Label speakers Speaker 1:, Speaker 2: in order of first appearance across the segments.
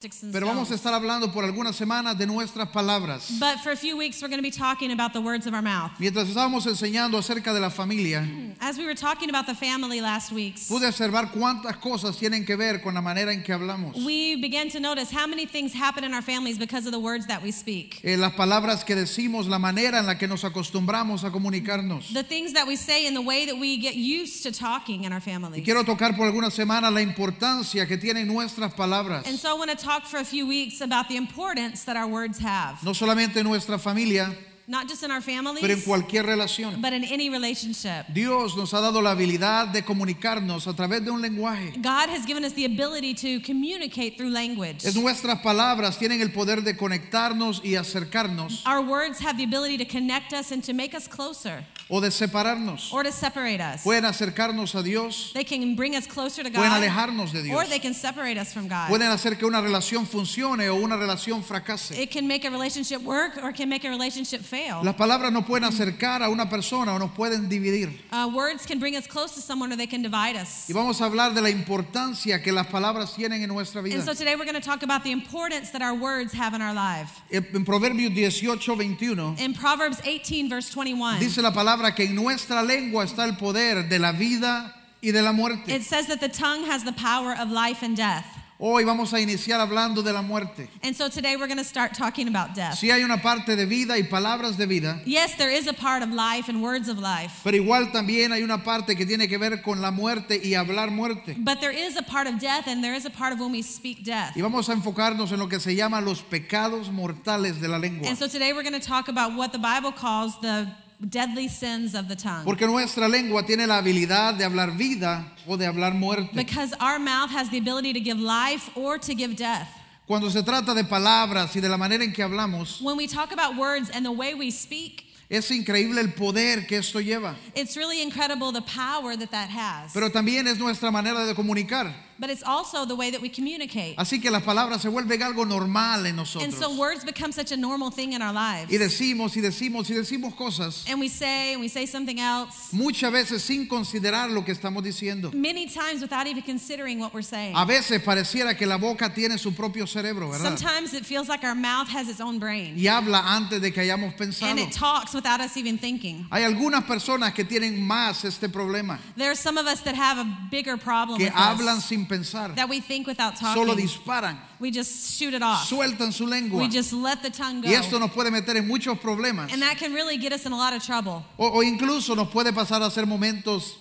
Speaker 1: sticks and
Speaker 2: Pero vamos a
Speaker 1: stones.
Speaker 2: estar hablando por algunas semanas de nuestras palabras.
Speaker 1: But for a few weeks, we're going to be talking about the words of our mouth.
Speaker 2: Mientras estábamos enseñando acerca de la familia,
Speaker 1: As we were talking about the family last week,
Speaker 2: pude observar cuántas cosas tienen que ver con la manera en que hablamos.
Speaker 1: we began to notice how many things happen in our families because of the words that we speak.
Speaker 2: Eh, las palabras que decimos, la manera en la que nos acostumbramos a comunicarnos.
Speaker 1: The things that we say and the way that we get used to talking in our
Speaker 2: Y
Speaker 1: families.
Speaker 2: quiero tocar por algunas semanas la importancia que tienen nuestras palabras.
Speaker 1: And so I want to talk for a few weeks about the importance that our words have,
Speaker 2: No solamente en nuestra familia,
Speaker 1: not just in our
Speaker 2: pero en
Speaker 1: families,
Speaker 2: cualquier relación.
Speaker 1: but in any relationship.
Speaker 2: Dios nos ha dado la habilidad de comunicarnos a través de un lenguaje.
Speaker 1: God has given us the ability to communicate through language.
Speaker 2: Es nuestras palabras tienen el poder de conectarnos y acercarnos
Speaker 1: Our words have the ability to connect us and to make us closer
Speaker 2: o de separarnos.
Speaker 1: or to separate us.
Speaker 2: Pueden acercarnos a Dios,
Speaker 1: They can bring us closer to
Speaker 2: pueden
Speaker 1: God
Speaker 2: alejarnos de Dios,
Speaker 1: or they can separate us from God.
Speaker 2: pueden hacer que una relación funcione o una relación fracase.
Speaker 1: It can make a relationship work or it can make a relationship fail.
Speaker 2: Las palabras nos pueden acercar a una persona o nos pueden dividir.
Speaker 1: Uh, words can bring us close to someone or they can divide us.
Speaker 2: Y vamos a hablar de la importancia que las palabras tienen en nuestra
Speaker 1: And
Speaker 2: vida.
Speaker 1: so today we're going to talk about the importance that our words have in our life.
Speaker 2: En Proverbios 18, 21
Speaker 1: In Proverbs 18, verse 21,
Speaker 2: dice la palabra que en nuestra lengua está el poder de la vida y de la
Speaker 1: it
Speaker 2: muerte.
Speaker 1: says that the tongue has the power of life and death.
Speaker 2: Hoy vamos a iniciar hablando de la muerte.
Speaker 1: And so today we're going to start talking about death.
Speaker 2: Sí hay una parte de vida y palabras de vida,
Speaker 1: Yes, there is a part of life and words of life,
Speaker 2: pero igual también hay una parte que tiene que ver con la muerte y hablar muerte.
Speaker 1: but there is a part of death and there is a part of when we speak death.
Speaker 2: Y vamos a enfocarnos en lo que se llama los pecados mortales de la lengua.
Speaker 1: And so today we're going to talk about what the Bible calls the deadly sins of the tongue.
Speaker 2: Porque nuestra lengua tiene la habilidad de hablar vida o de hablar muerte.
Speaker 1: Because our mouth has the ability to give life or to give death.
Speaker 2: Cuando se trata de palabras y de la manera en que hablamos,
Speaker 1: When we talk about words and the way we speak,
Speaker 2: es increíble el poder que esto lleva.
Speaker 1: it's really incredible the power that that has.
Speaker 2: Pero también es nuestra manera de comunicar.
Speaker 1: But it's also the way that we communicate.
Speaker 2: Así que las palabras se vuelven algo normal en
Speaker 1: And so
Speaker 2: nosotros.
Speaker 1: words become such a normal thing in our lives.
Speaker 2: Y decimos y decimos y decimos cosas
Speaker 1: And we say, and we say something else,
Speaker 2: muchas veces sin considerar lo que estamos diciendo.
Speaker 1: many times without even considering what we're saying.
Speaker 2: A veces pareciera que la boca tiene su propio cerebro, Ah, ¿verdad?
Speaker 1: Sometimes it feels like our mouth has its own brain
Speaker 2: Y habla antes de que hayamos
Speaker 1: and
Speaker 2: pensado.
Speaker 1: it talks without us even thinking.
Speaker 2: Hay algunas personas que tienen más este problema,
Speaker 1: There are some of us that have a bigger problem
Speaker 2: que
Speaker 1: with
Speaker 2: hablan
Speaker 1: us,
Speaker 2: sin pensar,
Speaker 1: that we think without
Speaker 2: solo
Speaker 1: talking.
Speaker 2: disparan,
Speaker 1: We just shoot it off.
Speaker 2: sueltan su lengua.
Speaker 1: We just let the tongue
Speaker 2: Y esto
Speaker 1: go.
Speaker 2: nos puede meter en muchos problemas.
Speaker 1: And that can really get us in a lot of trouble.
Speaker 2: O, o incluso nos puede pasar a ser momentos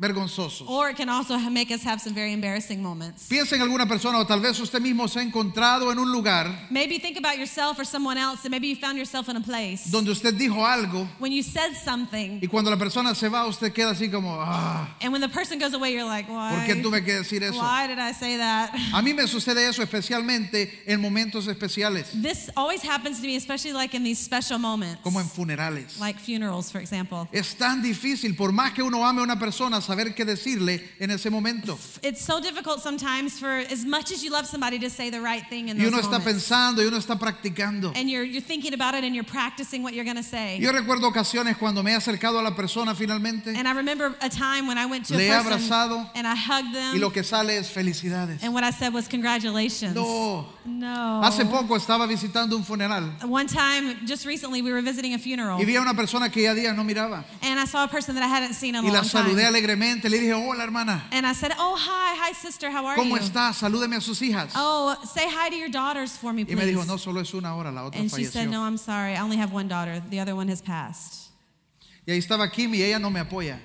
Speaker 2: vergonzosos.
Speaker 1: Or it can also ha- make us have some very embarrassing moments.
Speaker 2: Piensa en alguna persona o tal vez usted mismo se ha encontrado en un lugar
Speaker 1: Maybe think about yourself or someone else, and maybe you found yourself in a place
Speaker 2: donde usted dijo algo
Speaker 1: when you said something,
Speaker 2: y cuando la persona se va usted queda así como, ah,
Speaker 1: and when the person goes away, you're like,
Speaker 2: ¿por qué
Speaker 1: why?
Speaker 2: tuve que decir eso?
Speaker 1: Why did I say that?
Speaker 2: A mí me sucede eso especialmente en momentos especiales,
Speaker 1: This always happens to me, especially like in these special moments,
Speaker 2: como en funerales.
Speaker 1: like funerals, for example.
Speaker 2: Es tan difícil, por más que uno ame a una persona, saber qué decirle en ese momento.
Speaker 1: It's so difficult sometimes for as much as you love somebody to say the right thing in
Speaker 2: Y
Speaker 1: those
Speaker 2: uno está
Speaker 1: moments.
Speaker 2: pensando y uno está practicando.
Speaker 1: and you're you're thinking about it and you're practicing what you're going to say.
Speaker 2: Yo recuerdo ocasiones cuando me he acercado a la persona finalmente
Speaker 1: And I remember a time when I went to
Speaker 2: Le he
Speaker 1: a person
Speaker 2: abrazado
Speaker 1: and I hugged them,
Speaker 2: y lo que sale es felicidades.
Speaker 1: and what I said was congratulations.
Speaker 2: No.
Speaker 1: No.
Speaker 2: Hace poco estaba visitando un funeral
Speaker 1: One time, just recently, we were visiting a funeral,
Speaker 2: y vi a una persona que ya días no miraba
Speaker 1: and I saw a person that I hadn't seen in a
Speaker 2: y la
Speaker 1: long
Speaker 2: saludé
Speaker 1: time.
Speaker 2: alegremente. Le dije, hola hermana,
Speaker 1: And I said, "Oh hi, hi sister, how are
Speaker 2: ¿cómo
Speaker 1: you?
Speaker 2: estás? Salúdeme a sus hijas.
Speaker 1: Oh, say hi to your daughters for me,
Speaker 2: Y
Speaker 1: please."
Speaker 2: me dijo, no, solo es una hora, la otra
Speaker 1: and she said,
Speaker 2: falleció.
Speaker 1: "No, I'm sorry, I only have one daughter. The other one has passed."
Speaker 2: Y ahí estaba Kim y ella no me apoya.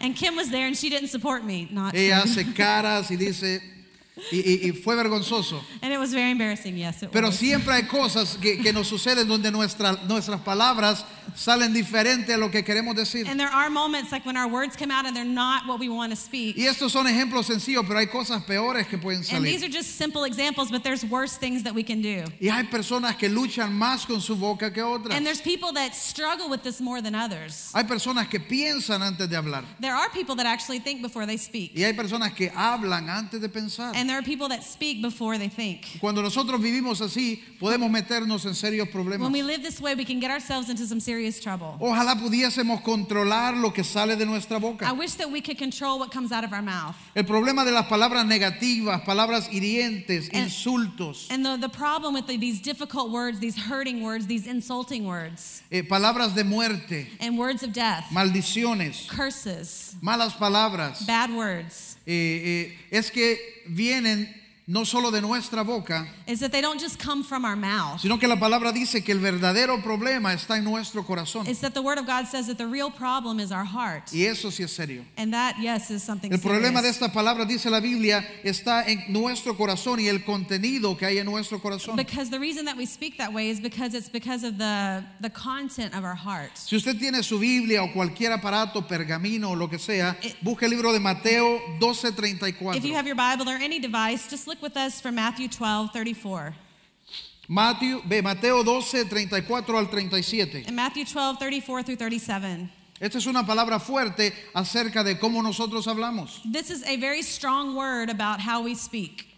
Speaker 1: And Kim was there, and she didn't support me. Not.
Speaker 2: Ella
Speaker 1: Kim.
Speaker 2: hace caras y dice, y, y- y fue vergonzoso.
Speaker 1: And it was very embarrassing. Yes, it
Speaker 2: Pero
Speaker 1: was.
Speaker 2: siempre hay cosas que, que nos suceden donde nuestra- nuestras palabras salen diferente a lo que queremos decir.
Speaker 1: And there are moments like when our words come out and they're not what we want to speak.
Speaker 2: Y estos son ejemplos sencillos, pero hay cosas peores que pueden
Speaker 1: And these
Speaker 2: salir.
Speaker 1: are just simple examples, but there's worse things that we can do.
Speaker 2: Y hay personas que luchan más con su boca que otras.
Speaker 1: And there's people that struggle with this more than others.
Speaker 2: Hay personas que piensan antes de hablar.
Speaker 1: There are people that actually think before they speak.
Speaker 2: Y hay personas que hablan antes de pensar.
Speaker 1: And there are people that speak before they think.
Speaker 2: Cuando nosotros vivimos así, podemos meternos en serios problemas.
Speaker 1: When we live this way, we can get ourselves into some serious trouble.
Speaker 2: Ojalá pudiésemos controlar lo que sale de nuestra
Speaker 1: I
Speaker 2: boca.
Speaker 1: wish that we could control what comes out of our mouth.
Speaker 2: El problema de las palabras negativas, palabras hirientes,
Speaker 1: And-
Speaker 2: insultos,
Speaker 1: And the, the problem with the, these difficult words, these hurting words, these insulting words,
Speaker 2: eh, palabras de muerte,
Speaker 1: and words of death,
Speaker 2: maldiciones,
Speaker 1: curses,
Speaker 2: malas palabras,
Speaker 1: bad words,
Speaker 2: eh, eh, es que vienen no solo de nuestra boca,
Speaker 1: is that they don't just come from our mouth.
Speaker 2: sino que la palabra dice que el verdadero problema está en nuestro corazón.
Speaker 1: It's that the Word of God says that the real problem is our heart.
Speaker 2: Y eso sí es serio.
Speaker 1: And that, yes, is something
Speaker 2: El problema de
Speaker 1: serious.
Speaker 2: esta palabra, dice la Biblia, está en nuestro corazón y el contenido que hay en nuestro corazón.
Speaker 1: Because the reason that we speak that way is because it's because of the, the content of our heart.
Speaker 2: Si usted tiene su Biblia o cualquier aparato, pergamino o lo que sea, busque el libro de Mateo
Speaker 1: If you
Speaker 2: 12:34.
Speaker 1: have your Bible or any device, just look with us for Matthew 12, 34.
Speaker 2: Mateo, ve, Mateo 12:34 al 37.
Speaker 1: In Matthew 12, 34 through 37.
Speaker 2: Esta es una palabra fuerte acerca de cómo nosotros hablamos.
Speaker 1: This is a very strong word about how we speak.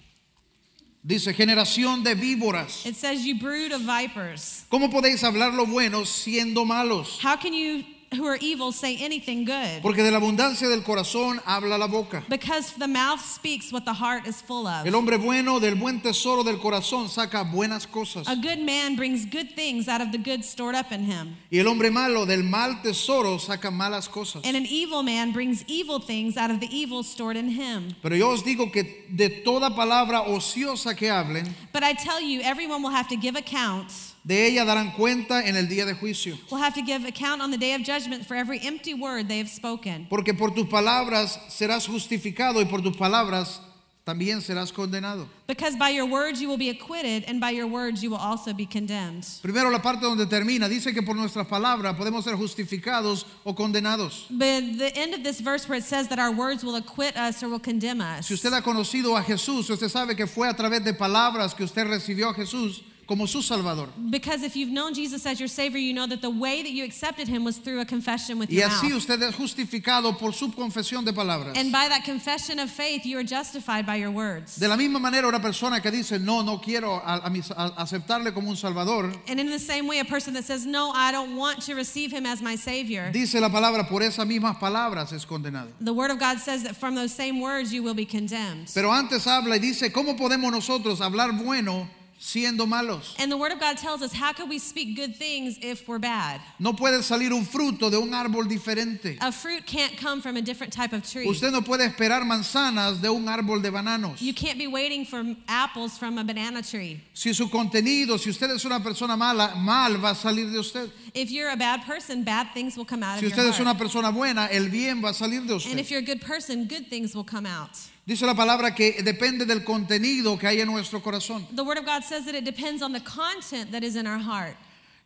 Speaker 2: Dice, generación de víboras.
Speaker 1: It says, You brood of vipers.
Speaker 2: ¿Cómo podéis hablar lo bueno siendo malos?
Speaker 1: How can you who are evil say anything good?
Speaker 2: Porque de la abundancia del corazón habla la boca.
Speaker 1: Because the mouth speaks what the heart is full of.
Speaker 2: El hombre bueno del buen tesoro del corazón saca buenas cosas.
Speaker 1: A good man brings good things out of the good stored up in him,
Speaker 2: Y el hombre malo del mal tesoro saca malas cosas.
Speaker 1: and an evil man brings evil things out of the evil stored in him.
Speaker 2: Pero yo os digo que de toda palabra ociosa que hablen,
Speaker 1: But I tell you, everyone will have to give account.
Speaker 2: de ella darán cuenta en el día de juicio.
Speaker 1: Will have to give account on the day of judgment for every empty word they have spoken.
Speaker 2: Porque por tus palabras serás justificado y por tus palabras también serás condenado.
Speaker 1: Because by your words you will be acquitted, and by your words you will also be condemned.
Speaker 2: Primero la parte donde termina, dice que por nuestras palabras podemos ser justificados o condenados.
Speaker 1: But the end of this verse where it says that our words will acquit us or will condemn us.
Speaker 2: Si usted ha conocido a Jesús, usted sabe que fue a través de palabras que usted recibió a Jesús como su Salvador.
Speaker 1: Because if you've known Jesus as your Savior, you know that the way that you accepted Him was through a confession with
Speaker 2: Y
Speaker 1: your
Speaker 2: así
Speaker 1: mouth.
Speaker 2: usted es justificado por su confesión de palabras.
Speaker 1: And by that confession of faith, you are justified by your words.
Speaker 2: De la misma manera, una persona que dice, no, no quiero a- a mis- a- aceptarle como un salvador,
Speaker 1: And in the same way, a person that says, No, I don't want to receive Him as my Savior,
Speaker 2: dice la palabra, por esas mismas palabras es condenado.
Speaker 1: the Word of God says that from those same words you will be condemned.
Speaker 2: Pero antes habla y dice, ¿cómo podemos nosotros hablar bueno siendo malos?
Speaker 1: And the Word of God tells us, How can we speak good things if we're bad?
Speaker 2: No puede salir un fruto de un árbol diferente.
Speaker 1: A fruit can't come from a different type of tree.
Speaker 2: Usted no puede esperar manzanas de un árbol de bananos.
Speaker 1: You can't be waiting for apples from a banana tree.
Speaker 2: Si su contenido, si usted es una persona mala, mal va a salir de usted.
Speaker 1: If you're a bad person, bad things will come out
Speaker 2: Si
Speaker 1: of
Speaker 2: usted
Speaker 1: your
Speaker 2: es
Speaker 1: heart.
Speaker 2: una persona buena, el bien va a salir de
Speaker 1: And
Speaker 2: usted.
Speaker 1: if you're a good person, good things will come out.
Speaker 2: Dice la palabra que depende del contenido que hay en nuestro corazón.
Speaker 1: The Word of God says that it depends on the content that is in our heart.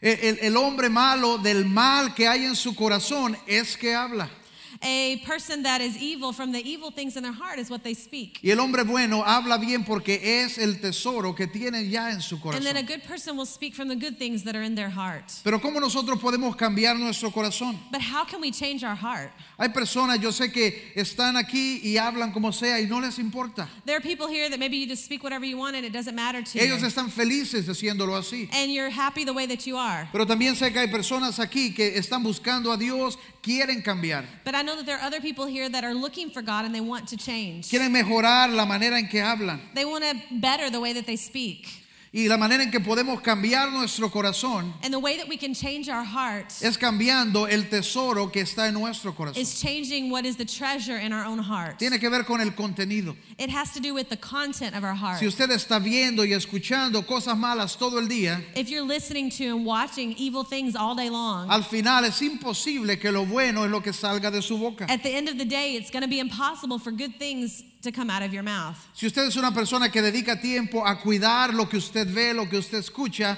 Speaker 2: El, el- el hombre malo del mal que hay en su corazón es que habla.
Speaker 1: A person that is evil from the evil things in their heart is what they speak.
Speaker 2: Y el hombre bueno habla bien porque es el tesoro que tiene ya en su
Speaker 1: And then a
Speaker 2: corazón.
Speaker 1: good person will speak from the good things that are in their heart.
Speaker 2: Pero ¿cómo nosotros podemos cambiar nuestro corazón?
Speaker 1: But how can we change our heart?
Speaker 2: Hay personas, yo sé que están aquí y hablan como sea y no les importa.
Speaker 1: There are people here that maybe you just speak whatever you want and it doesn't matter to
Speaker 2: Ellos
Speaker 1: you.
Speaker 2: están felices haciéndolo así.
Speaker 1: And you're happy the way that you are.
Speaker 2: Pero también sé que hay personas aquí que están buscando a Dios, quieren cambiar,
Speaker 1: But I know that there are other people here that are looking for God and they want to change.
Speaker 2: quieren mejorar la manera en que hablan.
Speaker 1: They want to better the way that they speak.
Speaker 2: Y la manera en que podemos cambiar nuestro corazón
Speaker 1: And the way that we can change our heart
Speaker 2: es cambiando el tesoro que está en nuestro corazón.
Speaker 1: is changing what is the treasure in our own heart.
Speaker 2: Tiene que ver con el contenido.
Speaker 1: It has to do with the content of our heart.
Speaker 2: Si usted está viendo y escuchando cosas malas todo el día,
Speaker 1: If you're listening to and watching evil things all day long,
Speaker 2: al final es imposible que lo bueno es lo que salga de su boca.
Speaker 1: at the end of the day, it's going to be impossible for good things to come out of your mouth.
Speaker 2: Si usted es una persona que dedica tiempo a cuidar lo que usted ve, lo que usted escucha,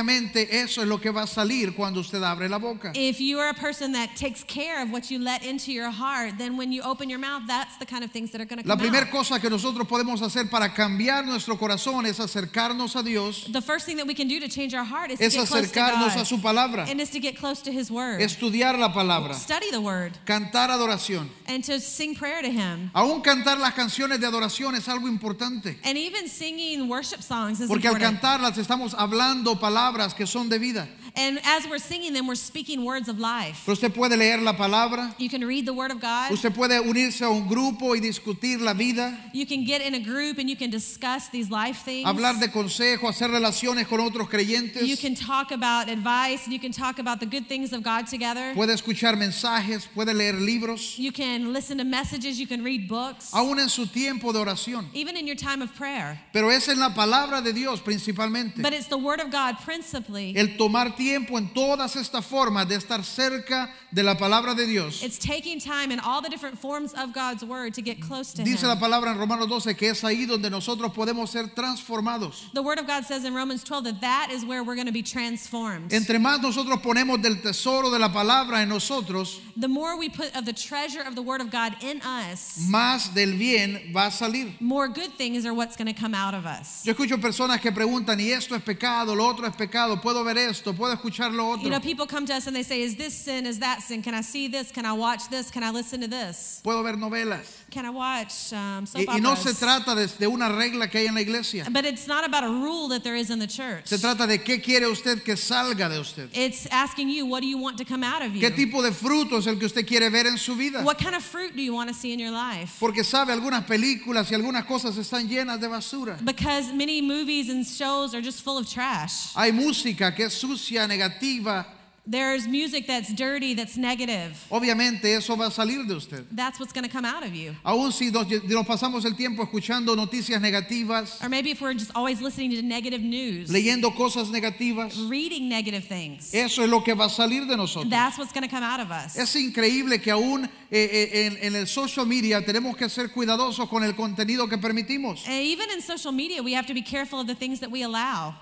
Speaker 2: obviamente eso es lo que va a salir cuando usted abre la boca.
Speaker 1: If you are a person that takes care of what you let into your heart, then when you open your mouth, that's the kind of things that are going to
Speaker 2: La
Speaker 1: come
Speaker 2: primera
Speaker 1: out.
Speaker 2: cosa que nosotros podemos hacer para cambiar nuestro corazón es acercarnos a Dios,
Speaker 1: The first thing that we can do to change our heart is,
Speaker 2: es
Speaker 1: to get close to
Speaker 2: acercarnos
Speaker 1: God,
Speaker 2: a su palabra,
Speaker 1: and is to get close to His Word,
Speaker 2: estudiar la palabra,
Speaker 1: study the Word,
Speaker 2: cantar adoración.
Speaker 1: and to sing prayer to Him.
Speaker 2: Aún cantar las canciones de adoración es algo importante,
Speaker 1: And even singing worship songs is
Speaker 2: porque al
Speaker 1: important.
Speaker 2: cantarlas estamos hablando palabras que son de vida.
Speaker 1: And as we're singing them, we're speaking words of life.
Speaker 2: Pero usted puede leer la palabra,
Speaker 1: You can read the Word of God.
Speaker 2: usted puede unirse a un grupo y discutir la vida,
Speaker 1: You can get in a group and you can discuss these life things.
Speaker 2: hablar de consejo, hacer relaciones con
Speaker 1: You
Speaker 2: otros creyentes,
Speaker 1: can talk about advice. and You can talk about the good things of God together.
Speaker 2: puede escuchar mensajes, puede leer libros,
Speaker 1: You can listen to messages. You can read books.
Speaker 2: aún en su tiempo de oración.
Speaker 1: Even in your time of prayer.
Speaker 2: Pero es en la palabra de Dios principalmente.
Speaker 1: But it's the Word of God principally.
Speaker 2: El tomar tiempo en todas estas formas de estar cerca de la palabra de Dios.
Speaker 1: It's taking time in all the different forms of God's Word to get close to
Speaker 2: Dice la
Speaker 1: Him.
Speaker 2: palabra en Romanos 12 que es ahí donde nosotros podemos ser transformados.
Speaker 1: The Word of God says in Romans 12 that that is where we're going to be transformed.
Speaker 2: Entre más nosotros ponemos del tesoro de la palabra en nosotros,
Speaker 1: The more we put of the treasure of the Word of God in us,
Speaker 2: más del bien va a salir.
Speaker 1: more good things are what's going to come out of us.
Speaker 2: Yo escucho personas que preguntan, y esto es pecado, lo otro es pecado, puedo ver esto, puedo escuchar lo
Speaker 1: You know,
Speaker 2: otro,
Speaker 1: people come to us and they say, Is this sin? Is that sin? Can I see this? Can I watch this? Can I listen to this?
Speaker 2: puedo ver novelas.
Speaker 1: Can I watch um, soap
Speaker 2: Y, y no se
Speaker 1: operas?"
Speaker 2: trata de, de una regla que hay en la iglesia,
Speaker 1: But it's not about a rule that there is in the church.
Speaker 2: se trata de qué quiere usted que salga de usted.
Speaker 1: It's asking you, What do you want to come out of
Speaker 2: ¿Qué
Speaker 1: you?
Speaker 2: tipo de fruto es el que usted quiere ver en su vida?
Speaker 1: What kind of fruit do you want to see in your life?
Speaker 2: Porque sabe, algunas películas y algunas cosas están llenas de basura.
Speaker 1: Because many movies and shows are just full of trash.
Speaker 2: Hay música que es sucia, negativa.
Speaker 1: There's music that's dirty, that's negative.
Speaker 2: Obviamente eso va a salir de usted.
Speaker 1: That's what's going to come out of you.
Speaker 2: Aún si nos, nos pasamos el tiempo escuchando noticias negativas,
Speaker 1: Or maybe if we're just always listening to negative news,
Speaker 2: leyendo cosas negativas,
Speaker 1: reading negative things,
Speaker 2: eso es lo que va a salir de nosotros.
Speaker 1: that's what's going to come out of us.
Speaker 2: Es increíble que aún eh, eh, en, en el social media tenemos que ser cuidadosos con el contenido que permitimos.
Speaker 1: And Eh, even in social media, we have to be careful of the things that we allow.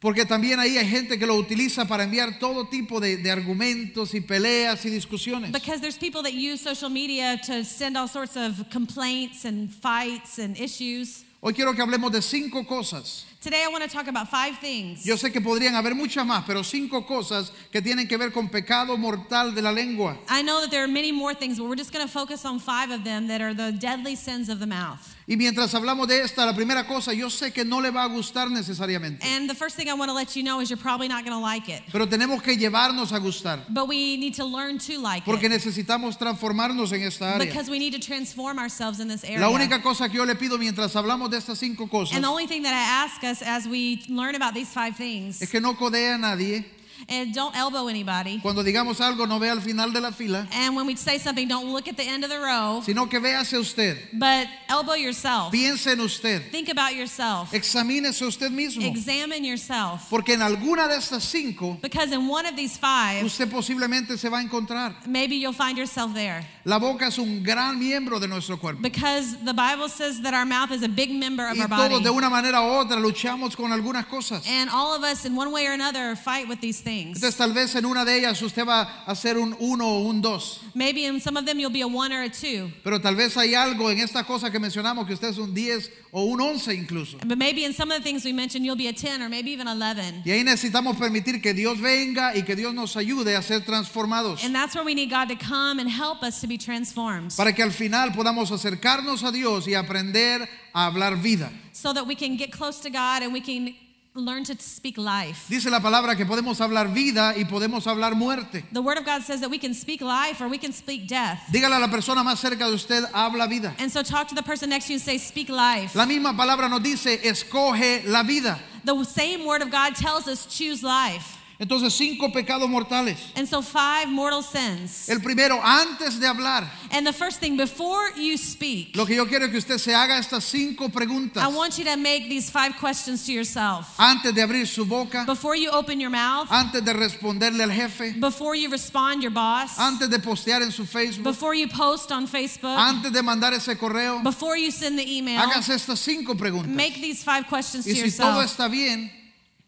Speaker 2: Porque también ahí hay gente que lo utiliza para enviar todo tipo de, de argumentos y peleas y discusiones.
Speaker 1: Because there's people that use social media to send all sorts of complaints and fights and issues.
Speaker 2: Hoy quiero que hablemos de cinco cosas.
Speaker 1: Today, I want to talk about five things.
Speaker 2: Yo sé que podrían haber muchas más, pero cinco cosas que tienen que ver con pecado mortal de la lengua.
Speaker 1: I know that there are many more things, but we're just going to focus on five of them that are the deadly sins of the mouth.
Speaker 2: Y mientras hablamos de esta, la primera cosa, yo sé que no le va a gustar necesariamente,
Speaker 1: And the first thing I want to let you know is you're probably not going to like it,
Speaker 2: pero tenemos que llevarnos a gustar,
Speaker 1: but we need to learn to like
Speaker 2: porque
Speaker 1: it
Speaker 2: necesitamos transformarnos en esta área.
Speaker 1: because we need to transform ourselves in this area.
Speaker 2: La única cosa que yo le pido mientras hablamos de estas cinco cosas
Speaker 1: And the only thing that I ask us as we learn about these five
Speaker 2: es
Speaker 1: things,
Speaker 2: que no codee a nadie.
Speaker 1: and don't elbow anybody.
Speaker 2: Cuando digamos algo, no vea al final de la fila,
Speaker 1: And when we say something, don't look at the end of the row,
Speaker 2: sino que véase usted,
Speaker 1: but elbow yourself.
Speaker 2: piense en usted,
Speaker 1: Think about yourself.
Speaker 2: examínese usted mismo,
Speaker 1: Examine yourself.
Speaker 2: porque en alguna de estas cinco
Speaker 1: Because in one of these five,
Speaker 2: usted posiblemente se va a encontrar.
Speaker 1: maybe you'll find yourself there.
Speaker 2: La boca es un gran miembro de nuestro cuerpo.
Speaker 1: Because the Bible says that our mouth is a big member of
Speaker 2: Y
Speaker 1: our
Speaker 2: todos de
Speaker 1: body.
Speaker 2: una manera u otra luchamos con algunas cosas.
Speaker 1: And all of us, in one way or another, fight with these things.
Speaker 2: Entonces tal vez en una de ellas usted va a hacer un uno o un dos.
Speaker 1: Maybe in some of them, you'll be a one or a two.
Speaker 2: Pero tal vez hay algo en estas cosas que mencionamos que usted es un 10 o un 11 incluso.
Speaker 1: But maybe in some of the things we mentioned, you'll be a 10 or maybe even 11.
Speaker 2: Y ahí necesitamos permitir que Dios venga y que Dios nos ayude a ser transformados.
Speaker 1: And that's where we need God to come and help us to be transformed.
Speaker 2: Para que al final podamos acercarnos a Dios y aprender a hablar vida.
Speaker 1: so that we can get close to God and we can learn to speak life.
Speaker 2: Dice la palabra que podemos hablar vida y podemos hablar muerte.
Speaker 1: The Word of God says that we can speak life or we can speak death.
Speaker 2: Dígale a la persona más cerca de usted, habla vida.
Speaker 1: And so talk to the person next to you and say, Speak life.
Speaker 2: La misma palabra nos dice, escoge la vida.
Speaker 1: The same Word of God tells us, Choose life.
Speaker 2: Entonces, cinco pecados mortales.
Speaker 1: And so, five mortal sins.
Speaker 2: El primero, antes de hablar,
Speaker 1: And the first thing, before you speak,
Speaker 2: lo que yo quiero es que usted se haga estas cinco preguntas.
Speaker 1: I want you to make these five questions to yourself.
Speaker 2: Antes de abrir su boca,
Speaker 1: Before you open your mouth,
Speaker 2: antes de responderle al jefe,
Speaker 1: before you respond your boss,
Speaker 2: antes de postear en su Facebook,
Speaker 1: before you post on Facebook,
Speaker 2: antes de mandar ese correo,
Speaker 1: before you send the email,
Speaker 2: hágase estas cinco preguntas.
Speaker 1: make these five questions to
Speaker 2: Y si todo
Speaker 1: yourself.
Speaker 2: está bien,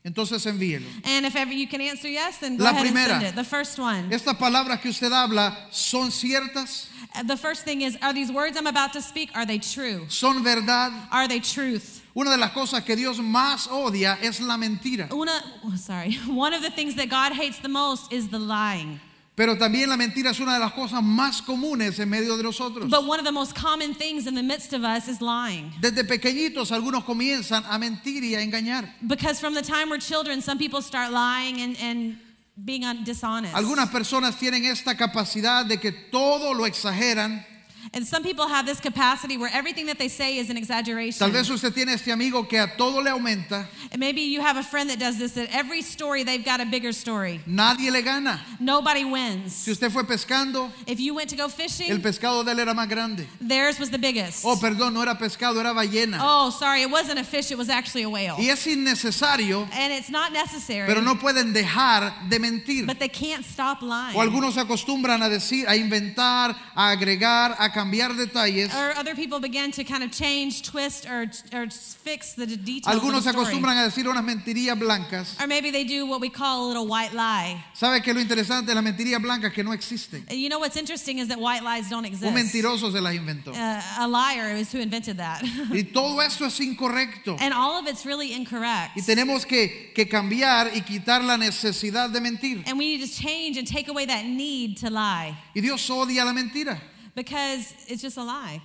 Speaker 2: entonces envíelo.
Speaker 1: And if ever you can answer yes, then go
Speaker 2: La
Speaker 1: ahead and
Speaker 2: primera.
Speaker 1: send it. The first one.
Speaker 2: Estas palabras que usted habla son ciertas,
Speaker 1: The first thing is, are these words I'm about to speak, are they true?
Speaker 2: son verdad.
Speaker 1: Are they truth?
Speaker 2: Una de las cosas que Dios más odia es la mentira,
Speaker 1: Una, oh, sorry. One of the things that God hates the most is the lying.
Speaker 2: pero también la mentira es una de las cosas más comunes en medio de nosotros.
Speaker 1: But one of the most common things in the midst of us is lying.
Speaker 2: Desde pequeñitos algunos comienzan a mentir y a engañar.
Speaker 1: Because from the time we're children, some people start lying and, and being un- dishonest.
Speaker 2: Algunas personas tienen esta capacidad de que todo lo exageran.
Speaker 1: And some people have this capacity where everything that they say is an exaggeration.
Speaker 2: Tal vez usted tiene este amigo que a todo le aumenta,
Speaker 1: And Maybe you have a friend that does this, that every story they've got a bigger story.
Speaker 2: nadie le gana.
Speaker 1: Nobody
Speaker 2: Si
Speaker 1: wins.
Speaker 2: usted fue pescando,
Speaker 1: If you went to go
Speaker 2: el
Speaker 1: fishing,
Speaker 2: pescado de él era más grande.
Speaker 1: theirs was the biggest.
Speaker 2: Oh, perdón, no era pescado, era ballena.
Speaker 1: Oh, sorry, it wasn't a fish, it was actually a whale.
Speaker 2: Y es innecesario,
Speaker 1: And it's not necessary,
Speaker 2: pero no pueden dejar de mentir.
Speaker 1: but they can't stop lying.
Speaker 2: O algunos se acostumbran a decir, a inventar, a agregar, a cambiar detalles.
Speaker 1: or other people begin to kind of change, twist, or, or fix the d- details.
Speaker 2: Algunos
Speaker 1: of
Speaker 2: se
Speaker 1: the story.
Speaker 2: acostumbran a decir unas mentirías blancas.
Speaker 1: Or maybe they do what we call a little white lie.
Speaker 2: ¿Sabe que lo interesante de las mentirías blancas es que no existen?
Speaker 1: And You know what's interesting is that white lies don't exist.
Speaker 2: Un mentiroso se las inventó.
Speaker 1: Uh, a liar is who invented that.
Speaker 2: Y todo eso es incorrecto.
Speaker 1: and all of it's really incorrect.
Speaker 2: Y tenemos que, que cambiar y quitar la necesidad de mentir.
Speaker 1: And we need to change and take away that need to lie
Speaker 2: Y Dios odia la mentira.
Speaker 1: because it's just a lie.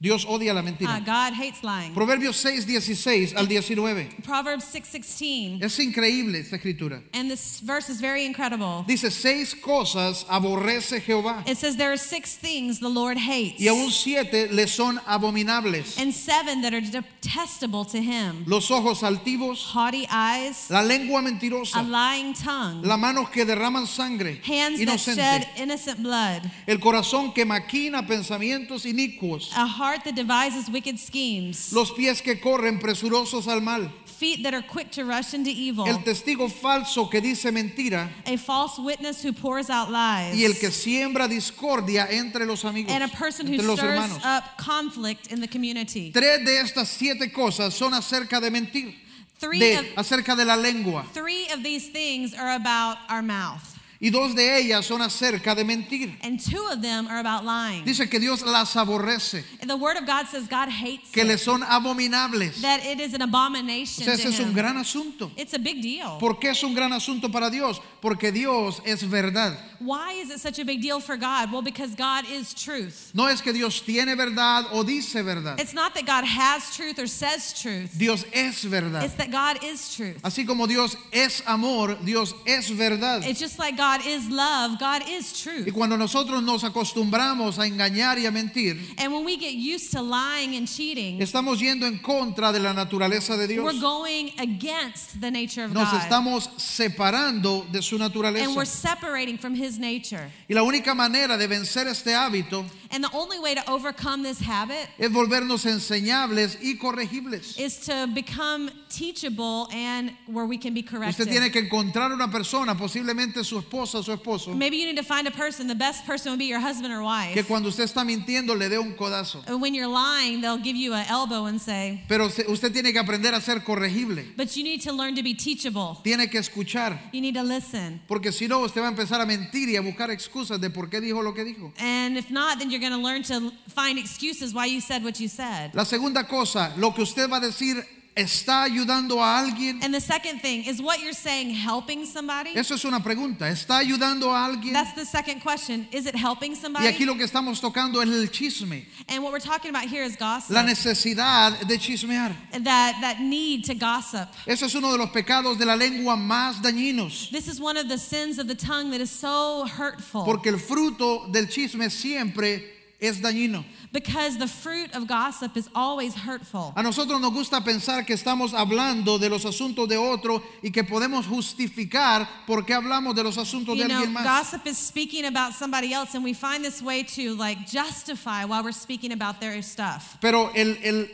Speaker 2: Dios odia la
Speaker 1: Uh,
Speaker 2: mentira.
Speaker 1: God hates lying.
Speaker 2: Proverbios 6, 16 al 19.
Speaker 1: Proverbs 6:16.
Speaker 2: Es increíble esta escritura.
Speaker 1: And this verse is very incredible.
Speaker 2: Dice, seis cosas aborrece Jehová
Speaker 1: It says there are six things the Lord hates
Speaker 2: y aún siete le son abominables.
Speaker 1: and seven that are detestable to him.
Speaker 2: Los ojos altivos,
Speaker 1: Haughty eyes,
Speaker 2: la lengua
Speaker 1: a
Speaker 2: mentirosa,
Speaker 1: lying tongue,
Speaker 2: las manos que derraman sangre
Speaker 1: hands that shed
Speaker 2: inocente,
Speaker 1: innocent blood,
Speaker 2: el corazón que maquina pensamientos inicuos,
Speaker 1: a heart that devises wicked schemes,
Speaker 2: los pies que corren presurosos al mal,
Speaker 1: feet that are quick to rush into evil,
Speaker 2: el testigo falso que dice mentira
Speaker 1: a false witness who pours out lies,
Speaker 2: y el que siembra discordia entre los amigos,
Speaker 1: and a person who
Speaker 2: entre los
Speaker 1: stirs
Speaker 2: hermanos.
Speaker 1: up conflict in the community.
Speaker 2: Tres de estas siete cosas son acerca de mentir.
Speaker 1: Three of,
Speaker 2: de, acerca de la lengua
Speaker 1: three of these things are about our mouth,
Speaker 2: y dos de ellas son acerca de mentir.
Speaker 1: and two of them are about lying.
Speaker 2: Dice que Dios las aborrece,
Speaker 1: And the Word of God says God hates
Speaker 2: que
Speaker 1: it,
Speaker 2: le son abominables.
Speaker 1: that it is an
Speaker 2: O
Speaker 1: abomination
Speaker 2: sea,
Speaker 1: to
Speaker 2: ese es un
Speaker 1: Him.
Speaker 2: gran asunto.
Speaker 1: It's a big deal.
Speaker 2: ¿Por qué es un gran asunto para Dios? Porque Dios es verdad.
Speaker 1: Why is it such a big deal for God? Well, because God is truth.
Speaker 2: No es que Dios tiene verdad o dice verdad.
Speaker 1: It's not that God has truth or says truth.
Speaker 2: Dios
Speaker 1: It's
Speaker 2: es verdad.
Speaker 1: that God is truth.
Speaker 2: Así como Dios es amor, Dios es verdad.
Speaker 1: It's just like God is love, God is
Speaker 2: Y
Speaker 1: truth.
Speaker 2: cuando nosotros nos acostumbramos a engañar y a mentir,
Speaker 1: And when we get used to lying and cheating,
Speaker 2: estamos yendo en contra de la naturaleza de Dios.
Speaker 1: we're going against the nature of
Speaker 2: Nos
Speaker 1: God.
Speaker 2: estamos separando de su
Speaker 1: And we're
Speaker 2: naturaleza.
Speaker 1: separating from His nature.
Speaker 2: Y la única manera de vencer este hábito
Speaker 1: And the only way to overcome this habit
Speaker 2: es volvernos enseñables y corregibles.
Speaker 1: is to become teachable and where we can be
Speaker 2: Usted
Speaker 1: corrected.
Speaker 2: tiene que encontrar una persona, posiblemente su esposa o su esposo,
Speaker 1: Maybe you need to find a person, the best person would be your husband or
Speaker 2: que
Speaker 1: wife.
Speaker 2: cuando usted está mintiendo le dé un codazo.
Speaker 1: And When you're lying, they'll give you an elbow and say,
Speaker 2: Pero se- usted tiene que aprender a ser corregible.
Speaker 1: But you need to learn to be teachable.
Speaker 2: Tiene que escuchar,
Speaker 1: You need to listen.
Speaker 2: porque si no, usted va a empezar a mentir y a buscar excusas de por qué dijo lo que dijo.
Speaker 1: And if not, then you're going to learn to find excuses why you said what you said.
Speaker 2: La segunda cosa, lo que usted va a decir está ayudando a alguien.
Speaker 1: And the second thing is what you're saying helping somebody?
Speaker 2: Eso es una pregunta. ¿Está ayudando a alguien?
Speaker 1: That's the second question. Is it helping
Speaker 2: Y aquí
Speaker 1: somebody?
Speaker 2: lo que estamos tocando es el chisme,
Speaker 1: And what we're talking about here is gossip.
Speaker 2: la necesidad de chismear.
Speaker 1: That that need to gossip.
Speaker 2: Eso es uno de los pecados de la lengua más dañinos,
Speaker 1: This is one of the sins of the tongue that is so hurtful
Speaker 2: porque el fruto del chisme siempre es dañino.
Speaker 1: because the fruit of gossip is always hurtful.
Speaker 2: A nosotros nos gusta pensar que estamos hablando de los asuntos de otro y que podemos justificar por qué hablamos de los asuntos de
Speaker 1: You know,
Speaker 2: alguien más.
Speaker 1: gossip is speaking about somebody else, and we find this way to like justify why we're speaking about their stuff.
Speaker 2: Pero el, el-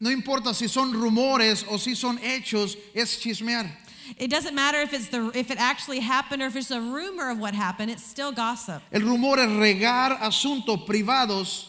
Speaker 2: no importa si son rumores o si son hechos, es chismear.
Speaker 1: It doesn't matter if it's the if it actually happened or if it's a rumor of what happened. It's still gossip.
Speaker 2: El rumor es regar asuntos privados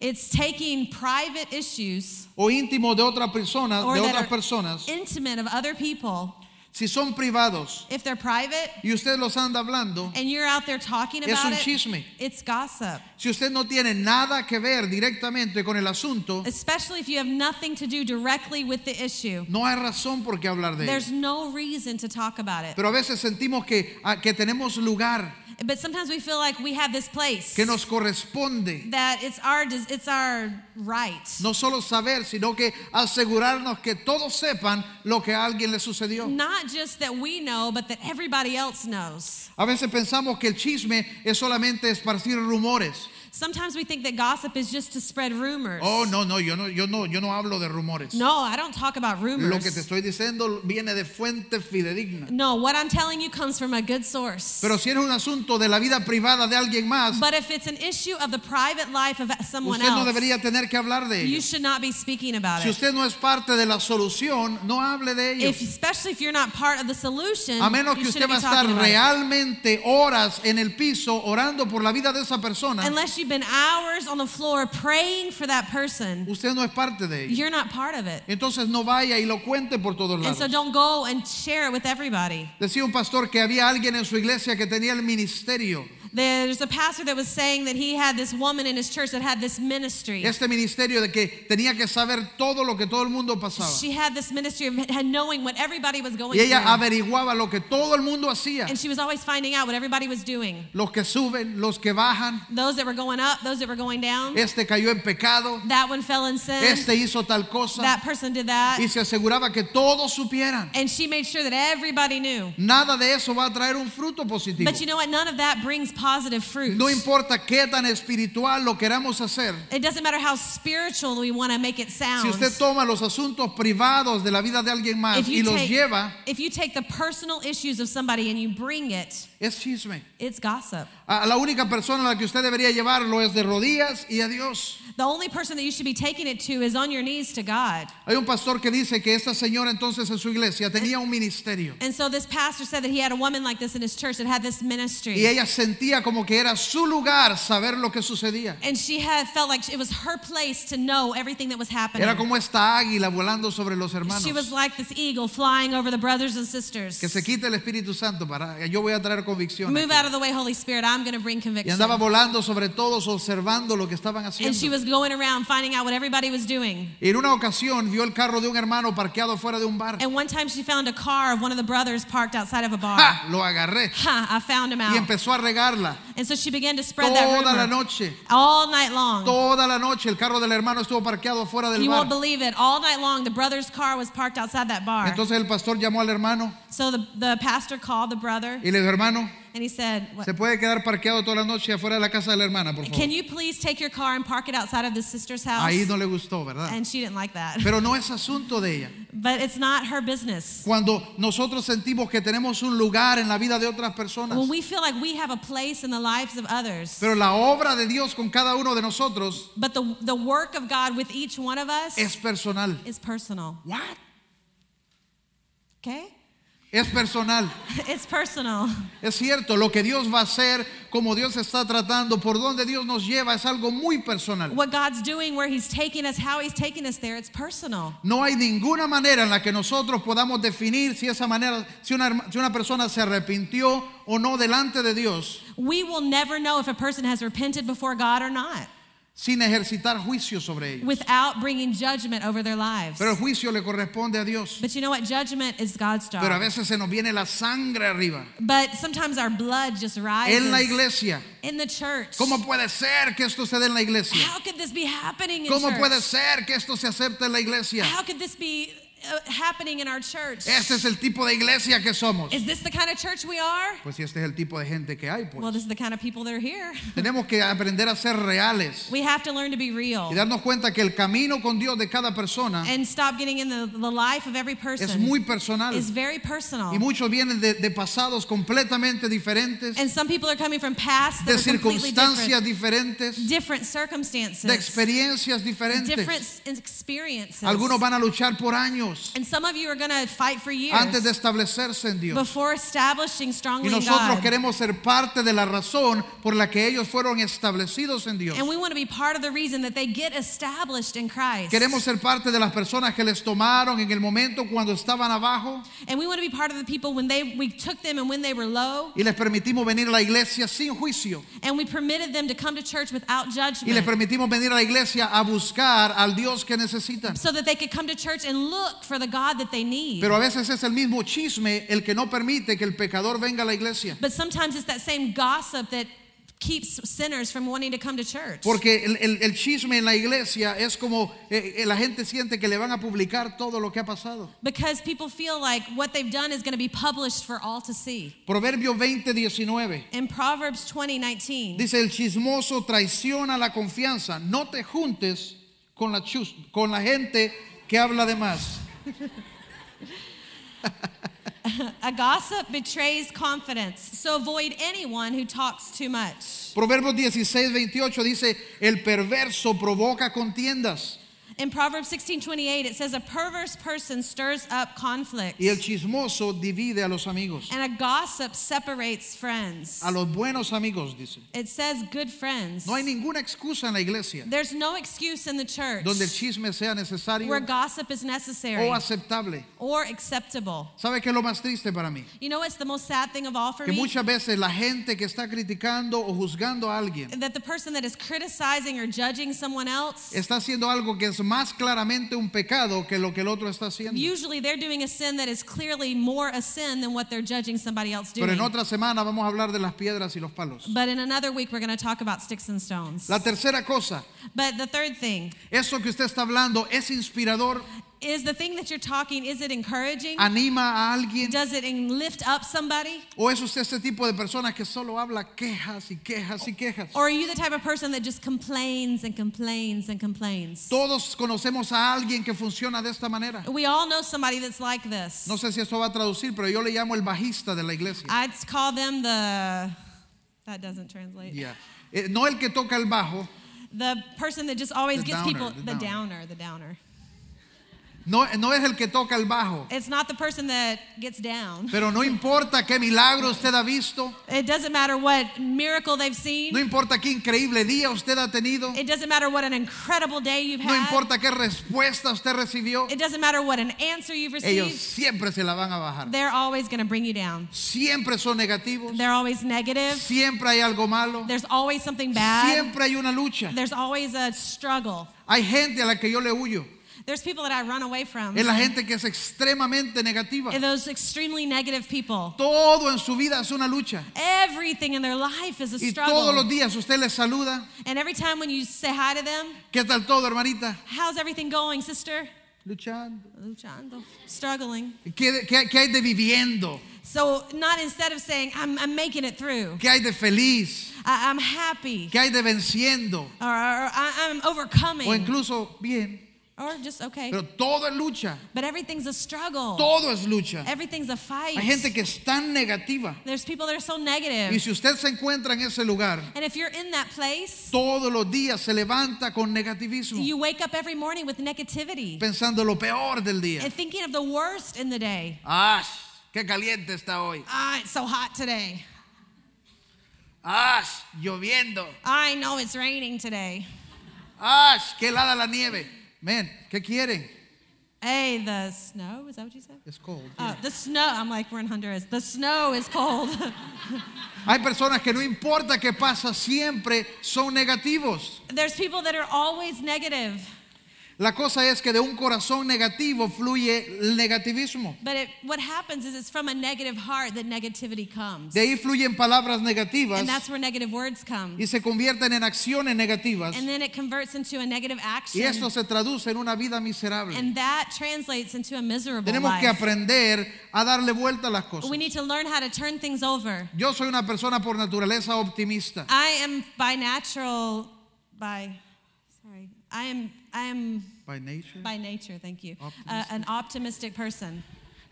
Speaker 1: It's taking private issues
Speaker 2: o íntimos de otra persona,
Speaker 1: or
Speaker 2: de
Speaker 1: that
Speaker 2: otras
Speaker 1: are
Speaker 2: personas
Speaker 1: intimate of other people
Speaker 2: Si son privados
Speaker 1: If they're private
Speaker 2: y usted los anda hablando,
Speaker 1: and you're out there talking
Speaker 2: Es
Speaker 1: about
Speaker 2: un
Speaker 1: it,
Speaker 2: chisme.
Speaker 1: it's gossip.
Speaker 2: si usted no tiene nada que ver directamente con el asunto,
Speaker 1: Especially if you have nothing to do directly with the issue.
Speaker 2: no hay razón por qué hablar de
Speaker 1: There's
Speaker 2: él.
Speaker 1: no reason to talk about it.
Speaker 2: Pero a veces sentimos que, a- que tenemos lugar,
Speaker 1: But sometimes we feel like we have this place
Speaker 2: que nos corresponde.
Speaker 1: that it's our des- it's our right.
Speaker 2: No solo saber, sino que asegurarnos que todos sepan lo que a alguien le sucedió.
Speaker 1: Not just that we know, but that everybody else knows.
Speaker 2: A veces pensamos que el chisme es solamente esparcir rumores.
Speaker 1: Sometimes we think that gossip is just to spread rumors.
Speaker 2: Oh, no, no, yo no, yo no, yo no hablo de rumores.
Speaker 1: No, I don't talk about rumors.
Speaker 2: Lo que te estoy diciendo viene de fuente fidedigna.
Speaker 1: No, what I'm telling you comes from a good source.
Speaker 2: Pero si es un asunto de la vida privada de alguien más,
Speaker 1: but if it's an issue of the private life of someone
Speaker 2: usted no
Speaker 1: else,
Speaker 2: debería tener que hablar de
Speaker 1: you
Speaker 2: ello.
Speaker 1: should not be speaking about
Speaker 2: Si
Speaker 1: it.
Speaker 2: usted no es parte de la solución, no hable de ello.
Speaker 1: If, especially if you're not part of the solution,
Speaker 2: A menos
Speaker 1: you
Speaker 2: que usted
Speaker 1: shouldn't
Speaker 2: va a
Speaker 1: be
Speaker 2: estar
Speaker 1: talking about it.
Speaker 2: realmente horas en el piso orando por la vida de esa persona,
Speaker 1: Unless you've been hours on the floor praying for that person,
Speaker 2: usted no es parte de ello.
Speaker 1: you're not part of it.
Speaker 2: Entonces no vaya y lo cuente por todos
Speaker 1: And so
Speaker 2: lados.
Speaker 1: don't go and share it with everybody.
Speaker 2: Decía un pastor que había alguien en su iglesia que tenía el ministerio.
Speaker 1: There's a pastor that was saying that he had this woman in his church that had this ministry.
Speaker 2: Este ministerio de que tenía que saber todo lo que todo el mundo pasaba.
Speaker 1: She had this ministry of had knowing what everybody was going
Speaker 2: Y ella
Speaker 1: through.
Speaker 2: averiguaba lo que todo el mundo hacía.
Speaker 1: And she was always finding out what everybody was doing.
Speaker 2: Los que suben, los que bajan.
Speaker 1: Those that were going up, those that were going down.
Speaker 2: Este cayó en pecado.
Speaker 1: That one fell in sin.
Speaker 2: Este hizo tal cosa.
Speaker 1: That person did that.
Speaker 2: Y se aseguraba que todos supieran.
Speaker 1: And she made sure that everybody knew.
Speaker 2: Nada de eso va a traer un fruto positivo.
Speaker 1: But you know what? None of that brings positive fruit.
Speaker 2: No importa qué tan espiritual lo queramos hacer.
Speaker 1: It doesn't matter how spiritual we want to make it
Speaker 2: Si
Speaker 1: sound.
Speaker 2: usted toma los asuntos privados de la vida de alguien más
Speaker 1: If
Speaker 2: y
Speaker 1: you,
Speaker 2: los
Speaker 1: take,
Speaker 2: lleva,
Speaker 1: if you take the personal issues of somebody and you bring it,
Speaker 2: es chisme.
Speaker 1: it's gossip.
Speaker 2: A la única persona a la que usted debería llevarlo es de rodillas y a Dios.
Speaker 1: The only person that you should be taking it to is on your knees to God.
Speaker 2: Hay un pastor que dice que esta señora entonces en su iglesia tenía un ministerio
Speaker 1: And so this pastor said that he had a woman like this in his church that had this ministry.
Speaker 2: y ella sentía como que era su lugar saber lo que sucedía.
Speaker 1: And she had felt like it was her place to know everything that was happening.
Speaker 2: Era como esta águila volando sobre los hermanos.
Speaker 1: she was like this eagle flying over the brothers and sisters.
Speaker 2: Que se quite el Espíritu Santo para yo voy a traer convicción.
Speaker 1: Move
Speaker 2: aquí.
Speaker 1: out of the way, Holy Spirit. I'm going to bring
Speaker 2: Y
Speaker 1: conviction.
Speaker 2: andaba volando sobre todos observando lo que estaban
Speaker 1: And she
Speaker 2: haciendo.
Speaker 1: was going around finding out what everybody was doing.
Speaker 2: Y en una ocasión vio el carro de un hermano parqueado fuera de un bar.
Speaker 1: And one time she found a car of one of the brothers parked outside of a bar. Ha!
Speaker 2: ¡Ja! Ah, Lo agarré
Speaker 1: I found him
Speaker 2: y
Speaker 1: out.
Speaker 2: empezó a regarla
Speaker 1: And so she began to spread that
Speaker 2: toda la
Speaker 1: rumor
Speaker 2: noche.
Speaker 1: all night long.
Speaker 2: Toda la noche el carro del hermano estuvo parqueado fuera del
Speaker 1: you
Speaker 2: bar.
Speaker 1: won't believe it. All night long, the brother's car was parked outside that bar.
Speaker 2: Entonces el pastor llamó al hermano
Speaker 1: so the, the pastor called the brother
Speaker 2: y le dijo, hermano,
Speaker 1: and he said, what,
Speaker 2: ¿se puede quedar parqueado toda la noche afuera de la casa de la hermana, por
Speaker 1: Can
Speaker 2: favor?
Speaker 1: you please take your car and park it outside of the sister's house?
Speaker 2: Ahí no le gustó, ¿verdad?
Speaker 1: And she didn't like that.
Speaker 2: Pero no es asunto de ella.
Speaker 1: But it's not her business.
Speaker 2: Cuando nosotros sentimos que tenemos un lugar en la vida de otras personas,
Speaker 1: When we feel like we have a place in the lives of others,
Speaker 2: pero la obra de Dios con cada uno de nosotros
Speaker 1: but the, the work of God with each one of us
Speaker 2: es personal.
Speaker 1: is personal.
Speaker 2: What?
Speaker 1: Okay?
Speaker 2: Es personal.
Speaker 1: It's personal.
Speaker 2: Es cierto, lo que Dios va a hacer, como Dios está tratando, por donde Dios nos lleva, es algo muy personal.
Speaker 1: What God's doing, where He's taking us, how He's taking us there, it's personal.
Speaker 2: No hay ninguna manera en la que nosotros podamos definir si esa manera, si una, herma- si una persona se arrepintió o no delante de Dios,
Speaker 1: We will never know if a person has repented before God or not
Speaker 2: sin ejercitar juicio sobre ello.
Speaker 1: without bringing judgment over their lives.
Speaker 2: Pero el juicio le corresponde a Dios.
Speaker 1: But you know what? Judgment is God's job.
Speaker 2: Pero a veces se nos viene la sangre arriba.
Speaker 1: But sometimes our blood just rises
Speaker 2: En la iglesia.
Speaker 1: in the church.
Speaker 2: ¿Cómo puede ser que esto se dé en la iglesia?
Speaker 1: How could this be happening in
Speaker 2: ¿Cómo
Speaker 1: church?
Speaker 2: puede ser que esto se acepte en la iglesia?
Speaker 1: How could this be uh, happening in our church?
Speaker 2: Este es el tipo de iglesia que somos.
Speaker 1: Is this the kind of church we are?
Speaker 2: Pues si este es el tipo de gente que hay,
Speaker 1: Well,
Speaker 2: pues.
Speaker 1: this is the kind of people that are here.
Speaker 2: Tenemos que aprender a ser reales
Speaker 1: We have to learn to be
Speaker 2: y
Speaker 1: real
Speaker 2: darnos cuenta que el camino con Dios de cada persona
Speaker 1: and stop getting in the, the life of every person.
Speaker 2: Ah. es muy personal.
Speaker 1: is very
Speaker 2: Y
Speaker 1: personal.
Speaker 2: muchos vienen de, de pasados completamente diferentes,
Speaker 1: And some people are coming from past
Speaker 2: de
Speaker 1: that are completely
Speaker 2: circunstancias
Speaker 1: different,
Speaker 2: diferentes,
Speaker 1: different
Speaker 2: de
Speaker 1: circumstances,
Speaker 2: experiencias
Speaker 1: different
Speaker 2: diferentes.
Speaker 1: s- experiences.
Speaker 2: Algunos van a luchar por años años
Speaker 1: And some of you are going to fight for years
Speaker 2: antes de establecerse en Dios.
Speaker 1: before establishing
Speaker 2: Y
Speaker 1: strongly in
Speaker 2: nosotros
Speaker 1: God.
Speaker 2: queremos ser parte de la razón por la que ellos fueron establecidos en Dios.
Speaker 1: and we want to be part of the reason that they get established in Christ.
Speaker 2: Queremos ser parte de las personas que les tomaron en el momento cuando estaban abajo
Speaker 1: and we want to be part of the people when they we took them and when they were low
Speaker 2: y les permitimos venir a la iglesia sin juicio.
Speaker 1: and we permitted them to come to church without
Speaker 2: Y les
Speaker 1: judgment
Speaker 2: permitimos venir a la iglesia a buscar al Dios que necesitan.
Speaker 1: so that they could come to church and look for the God that they need.
Speaker 2: Pero a veces es el mismo chisme el que no permite que el pecador venga a la iglesia.
Speaker 1: but sometimes it's that same gossip that keeps sinners from wanting to come to church.
Speaker 2: Porque el, el- el chisme en la iglesia es como eh, eh, la gente siente que le van a publicar todo lo que ha pasado.
Speaker 1: because people feel like what they've done is going to be published for all to see.
Speaker 2: Proverbio 20, 19.
Speaker 1: In Proverbs 20, 19.
Speaker 2: Dice, el chismoso traiciona la confianza. No te juntes con la, chus- con la gente que habla de más.
Speaker 1: A gossip betrays confidence, so avoid anyone who talks too much.
Speaker 2: Proverbios 16, 28 dice, el perverso provoca contiendas
Speaker 1: In Proverbs 16:28 it says a perverse person stirs up conflict
Speaker 2: y el chismoso divide a los amigos.
Speaker 1: and a gossip separates friends.
Speaker 2: A los buenos amigos, dice.
Speaker 1: It says good friends.
Speaker 2: No hay ninguna excusa en la iglesia
Speaker 1: There's no excuse in the church
Speaker 2: donde el chisme sea necesario
Speaker 1: where gossip is necessary
Speaker 2: o aceptable.
Speaker 1: or acceptable.
Speaker 2: ¿Sabe qué es lo más triste para mí?
Speaker 1: You know what's the most sad thing of all for
Speaker 2: Que
Speaker 1: me?
Speaker 2: muchas veces la gente que está criticando o juzgando a alguien
Speaker 1: That the person that is criticizing or judging someone else,
Speaker 2: está haciendo algo que es más claramente un pecado que lo que el otro está haciendo.
Speaker 1: usually they're doing a sin that is clearly more a sin than what they're judging somebody else
Speaker 2: Pero
Speaker 1: doing.
Speaker 2: en otra semana vamos a hablar de las piedras y los palos.
Speaker 1: But in another week, we're going to talk about sticks and stones.
Speaker 2: La tercera cosa,
Speaker 1: But the third thing
Speaker 2: eso que usted está hablando es inspirador,
Speaker 1: is the thing that you're talking, is it encouraging?
Speaker 2: anima a alguien
Speaker 1: Does it en- lift up somebody?
Speaker 2: o es usted ese tipo de persona que solo habla quejas y quejas y quejas.
Speaker 1: Or are you the type of person that just complains and complains and complains?
Speaker 2: Todos conocemos a alguien que funciona de esta manera.
Speaker 1: We all know somebody that's like this.
Speaker 2: No sé si esto va a traducir, pero yo le llamo el bajista de la iglesia.
Speaker 1: I'd call them the, that doesn't translate.
Speaker 2: Yeah. Eh, no el que toca el bajo,
Speaker 1: The person that just always
Speaker 2: The
Speaker 1: gets
Speaker 2: downer,
Speaker 1: people,
Speaker 2: the
Speaker 1: the
Speaker 2: downer.
Speaker 1: downer, the downer.
Speaker 2: no, no es el que toca el bajo.
Speaker 1: It's not the person that gets down.
Speaker 2: Pero no importa qué milagro usted ha visto,
Speaker 1: It doesn't matter what miracle they've seen.
Speaker 2: no importa qué increíble día usted ha tenido,
Speaker 1: It doesn't matter what an incredible day you've
Speaker 2: no
Speaker 1: had.
Speaker 2: importa qué respuesta usted recibió,
Speaker 1: It doesn't matter what an answer you've
Speaker 2: ellos
Speaker 1: received,
Speaker 2: siempre se la van a bajar.
Speaker 1: they're always going to bring you down.
Speaker 2: Siempre son negativos,
Speaker 1: They're always negative.
Speaker 2: siempre hay algo malo,
Speaker 1: There's always something bad.
Speaker 2: siempre hay una lucha.
Speaker 1: There's always a struggle.
Speaker 2: Hay gente a la que yo le huyo,
Speaker 1: There's people that I run away from.
Speaker 2: es la gente que es extremadamente negativa.
Speaker 1: And those extremely negative people.
Speaker 2: Todo en su vida es una lucha.
Speaker 1: Everything in their life is a
Speaker 2: Y todos
Speaker 1: struggle.
Speaker 2: los días usted les saluda.
Speaker 1: And every time when you say hi to them,
Speaker 2: ¿Qué tal todo, hermanita?
Speaker 1: how's everything going, sister?
Speaker 2: Luchando.
Speaker 1: Luchando. Struggling.
Speaker 2: ¿Qué, qué- qué hay de viviendo?
Speaker 1: So, not instead of saying, I'm, I'm making it through,
Speaker 2: ¿Qué hay de feliz?
Speaker 1: I, I'm happy,
Speaker 2: ¿Qué hay de venciendo?
Speaker 1: or, or I, I'm
Speaker 2: O
Speaker 1: overcoming,
Speaker 2: incluso bien.
Speaker 1: or just okay.
Speaker 2: Pero todo es lucha.
Speaker 1: But everything's a struggle.
Speaker 2: Todo es lucha.
Speaker 1: Everything's a fight.
Speaker 2: Hay gente que es tan negativa.
Speaker 1: There's people that are so
Speaker 2: Y
Speaker 1: negative.
Speaker 2: si usted se encuentra en ese lugar,
Speaker 1: And if you're in that place,
Speaker 2: todos los días se levanta con negativismo,
Speaker 1: you wake up every morning with negativity
Speaker 2: pensando lo peor del día.
Speaker 1: and thinking of the worst in the day.
Speaker 2: ¡Ah! ¡Qué caliente está hoy!
Speaker 1: Ah, it's so hot today.
Speaker 2: ¡Ah! Lloviendo.
Speaker 1: I know it's raining today.
Speaker 2: ¡Ah! ¡Qué helada la nieve! Men, ¿qué quieren?
Speaker 1: Hey, the snow, is that what you said?
Speaker 2: It's cold.
Speaker 1: Oh, the snow. I'm like, we're in Honduras. The snow is cold.
Speaker 2: Hay personas que no importa qué pasa, siempre son negativos.
Speaker 1: There's people that are always negative.
Speaker 2: La cosa es que de un corazón negativo fluye el negativismo.
Speaker 1: But it, what happens is it's from a negative heart that negativity comes.
Speaker 2: De ahí fluyen palabras negativas
Speaker 1: And that's where negative words come.
Speaker 2: y se convierten en acciones negativas.
Speaker 1: And then it converts into a negative
Speaker 2: Y
Speaker 1: action.
Speaker 2: eso se traduce en una vida miserable.
Speaker 1: And that translates into a miserable
Speaker 2: Tenemos que
Speaker 1: life.
Speaker 2: aprender a darle vuelta a las cosas.
Speaker 1: We need to learn how to turn things over.
Speaker 2: Yo soy una persona por naturaleza optimista.
Speaker 1: I am by natural by sorry. I am I am
Speaker 2: By nature.
Speaker 1: by nature, thank you. Uh, an optimistic person.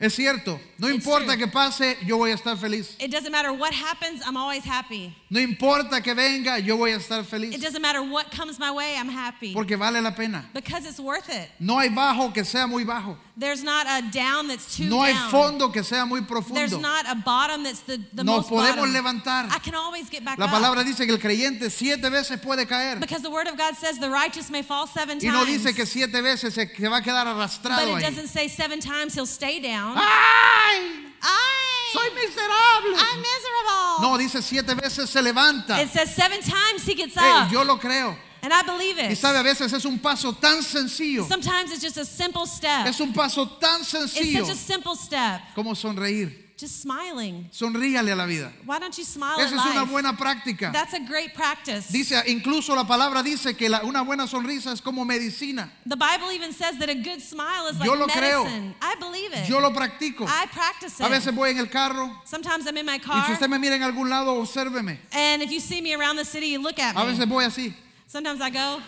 Speaker 2: Es cierto, no
Speaker 1: It's
Speaker 2: importa
Speaker 1: true.
Speaker 2: que pase, yo voy a estar feliz.
Speaker 1: It doesn't matter what happens, I'm always happy.
Speaker 2: No importa que venga, yo voy a estar
Speaker 1: It
Speaker 2: feliz.
Speaker 1: doesn't matter what comes my way, I'm happy.
Speaker 2: Porque vale la pena.
Speaker 1: Because it's worth it.
Speaker 2: No hay bajo que sea muy bajo.
Speaker 1: There's not a down that's too
Speaker 2: No hay
Speaker 1: down.
Speaker 2: fondo que sea muy
Speaker 1: There's
Speaker 2: profundo.
Speaker 1: not a bottom that's the, the most
Speaker 2: Nos podemos
Speaker 1: bottom.
Speaker 2: levantar.
Speaker 1: I can always get back
Speaker 2: La
Speaker 1: up.
Speaker 2: palabra dice que el creyente siete veces puede caer.
Speaker 1: Because the word of God says the righteous may fall seven
Speaker 2: Y
Speaker 1: times.
Speaker 2: no dice que siete veces se se va a quedar
Speaker 1: but
Speaker 2: arrastrado
Speaker 1: it
Speaker 2: ahí.
Speaker 1: doesn't say seven times he'll stay down.
Speaker 2: ¡Ay!
Speaker 1: I,
Speaker 2: Ah, ¡Soy miserable!
Speaker 1: I'm miserable.
Speaker 2: No, dice siete veces se levanta.
Speaker 1: It says seven times he gets
Speaker 2: Hey,
Speaker 1: up.
Speaker 2: yo lo creo.
Speaker 1: and I believe
Speaker 2: Y
Speaker 1: it.
Speaker 2: sabe, a veces es un paso tan sencillo.
Speaker 1: Sometimes it's just a simple step.
Speaker 2: Es un paso tan
Speaker 1: it's
Speaker 2: sencillo
Speaker 1: such a simple step.
Speaker 2: como sonreír.
Speaker 1: Just smiling.
Speaker 2: Sonríale a la vida.
Speaker 1: Why don't you smile
Speaker 2: Esa
Speaker 1: at
Speaker 2: es una
Speaker 1: life?
Speaker 2: buena práctica.
Speaker 1: That's a great practice.
Speaker 2: Dice, incluso la palabra dice que la- una buena sonrisa es como medicina.
Speaker 1: the Bible even says that a good smile is like
Speaker 2: Yo lo creo.
Speaker 1: medicine. I believe it.
Speaker 2: Yo lo practico.
Speaker 1: I practice
Speaker 2: A
Speaker 1: it.
Speaker 2: veces voy en el carro
Speaker 1: Sometimes I'm in my
Speaker 2: y si
Speaker 1: car,
Speaker 2: usted me mira en algún lado, obsérveme.
Speaker 1: and if you see me around the city, you look at
Speaker 2: A
Speaker 1: me.
Speaker 2: veces voy así.
Speaker 1: Sometimes I go,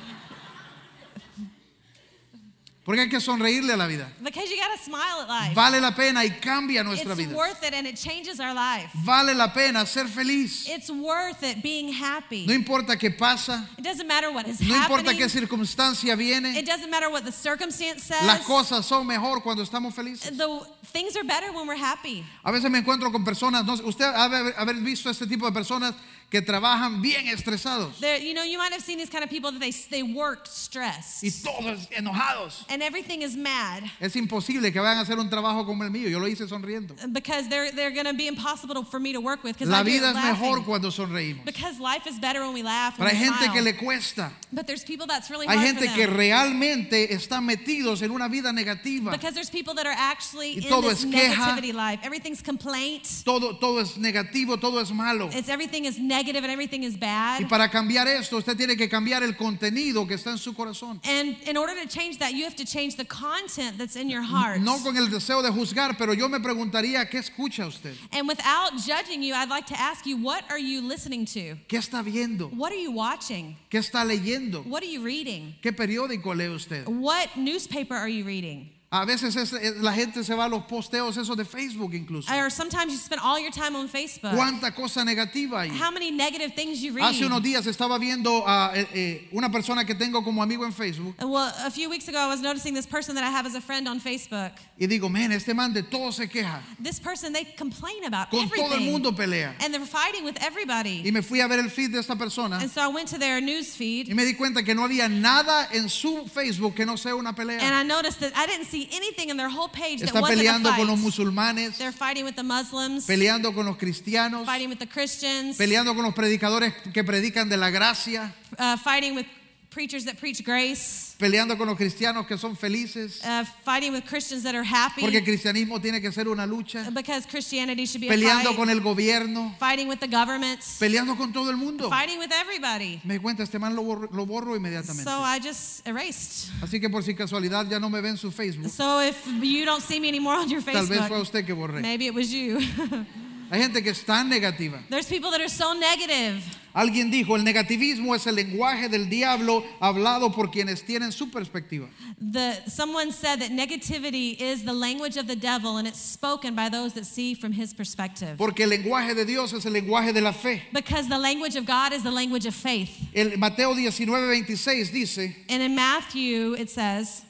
Speaker 2: Porque hay que sonreírle a la vida.
Speaker 1: because you got to smile at life.
Speaker 2: Vale la pena y cambia nuestra
Speaker 1: It's
Speaker 2: vida.
Speaker 1: worth it, and it changes our life.
Speaker 2: Vale la pena ser feliz.
Speaker 1: It's worth it being happy.
Speaker 2: No importa qué pasa,
Speaker 1: It doesn't matter what is
Speaker 2: no importa
Speaker 1: happening.
Speaker 2: qué circunstancia
Speaker 1: It
Speaker 2: viene.
Speaker 1: doesn't matter what the circumstance says.
Speaker 2: Las cosas son mejor cuando estamos felices.
Speaker 1: The things are better when we're happy.
Speaker 2: A veces me encuentro con personas, no sé, usted ha de haber- haber visto este tipo de personas que trabajan bien estresados
Speaker 1: There, you know, you might have seen these kind of people that they they work stressed,
Speaker 2: y todos enojados.
Speaker 1: and everything is mad
Speaker 2: Es imposible que vayan a hacer un trabajo como el mío. Yo lo hice sonriendo.
Speaker 1: because they're they're going to be impossible to- for me to work with because
Speaker 2: La
Speaker 1: I do it
Speaker 2: vida es
Speaker 1: laughing.
Speaker 2: mejor cuando sonreímos.
Speaker 1: Because life is better when we laugh.
Speaker 2: Pero
Speaker 1: When
Speaker 2: hay
Speaker 1: we
Speaker 2: gente
Speaker 1: smile.
Speaker 2: que le cuesta.
Speaker 1: But there's people that's really
Speaker 2: Hay
Speaker 1: hard
Speaker 2: gente
Speaker 1: for
Speaker 2: que
Speaker 1: them.
Speaker 2: realmente está metidos en una vida negativa.
Speaker 1: Because there's people that are actually
Speaker 2: Y
Speaker 1: in
Speaker 2: todo
Speaker 1: this
Speaker 2: es queja.
Speaker 1: negativity life. Everything's complaint.
Speaker 2: Todo, todo es negativo, todo es malo.
Speaker 1: It's everything is negative and everything is
Speaker 2: Y
Speaker 1: bad.
Speaker 2: para cambiar esto, usted tiene que cambiar el contenido que está en su corazón.
Speaker 1: And in order to change that, you have to change the content that's in your heart.
Speaker 2: No con el deseo de juzgar, pero yo me preguntaría, ¿qué escucha usted?
Speaker 1: And without judging you, I'd like to ask you, what are you listening to?
Speaker 2: ¿Qué está viendo?
Speaker 1: What are you watching?
Speaker 2: ¿Qué está leyendo?
Speaker 1: What are you reading?
Speaker 2: ¿Qué periódico lee usted?
Speaker 1: What newspaper are you reading?
Speaker 2: A veces es- es- la gente se va a los posteos esos de Facebook incluso.
Speaker 1: Or sometimes you spend all your time on Facebook.
Speaker 2: ¿Cuánta cosa negativa hay?
Speaker 1: How many negative things you read?
Speaker 2: Hace unos días estaba viendo a eh, eh, una persona que tengo como amigo en Facebook
Speaker 1: Well, a few weeks ago, I was noticing this person that I have as a friend on Facebook.
Speaker 2: y digo, men, este man de todo se queja,
Speaker 1: This person, they complain about
Speaker 2: con
Speaker 1: everything.
Speaker 2: todo el mundo pelea.
Speaker 1: And they're fighting with everybody.
Speaker 2: Y me fui a ver el feed de esta persona
Speaker 1: And so I went to their news feed.
Speaker 2: y me di cuenta que no había nada en su Facebook que no sea una
Speaker 1: And
Speaker 2: pelea.
Speaker 1: I noticed that I didn't see anything in their whole page that
Speaker 2: Está
Speaker 1: wasn't a
Speaker 2: peleando
Speaker 1: fight.
Speaker 2: con los musulmanes,
Speaker 1: They're fighting with the Muslims,
Speaker 2: peleando con los cristianos,
Speaker 1: fighting with the Christians,
Speaker 2: peleando con los predicadores que predican de la gracia,
Speaker 1: uh, fighting with preachers that preach grace,
Speaker 2: peleando con los cristianos que son felices,
Speaker 1: uh, fighting with Christians that are happy
Speaker 2: porque el cristianismo tiene que ser una lucha,
Speaker 1: because Christianity should be a
Speaker 2: peleando
Speaker 1: fight,
Speaker 2: con el gobierno,
Speaker 1: fighting with the government,
Speaker 2: peleando con todo el mundo.
Speaker 1: fighting with everybody.
Speaker 2: Me di cuenta, este man lo borro, lo borro inmediatamente.
Speaker 1: So uh, I just erased.
Speaker 2: Así que por si casualidad ya no me ve en su Facebook,
Speaker 1: So if you don't see me anymore on your
Speaker 2: tal vez fue a
Speaker 1: Facebook,
Speaker 2: usted que borré.
Speaker 1: maybe it was you.
Speaker 2: Hay gente que es tan negativa.
Speaker 1: There's people that are so negative.
Speaker 2: Alguien dijo, el negativismo es el lenguaje del diablo hablado por quienes tienen su perspectiva.
Speaker 1: The, someone said that negativity is the language of the devil and it's spoken by those that see from his perspective.
Speaker 2: Porque el lenguaje de Dios es el lenguaje de la fe.
Speaker 1: Because the language of God is the language of faith.
Speaker 2: El Mateo 19, 26 dice,
Speaker 1: And in Matthew, it says,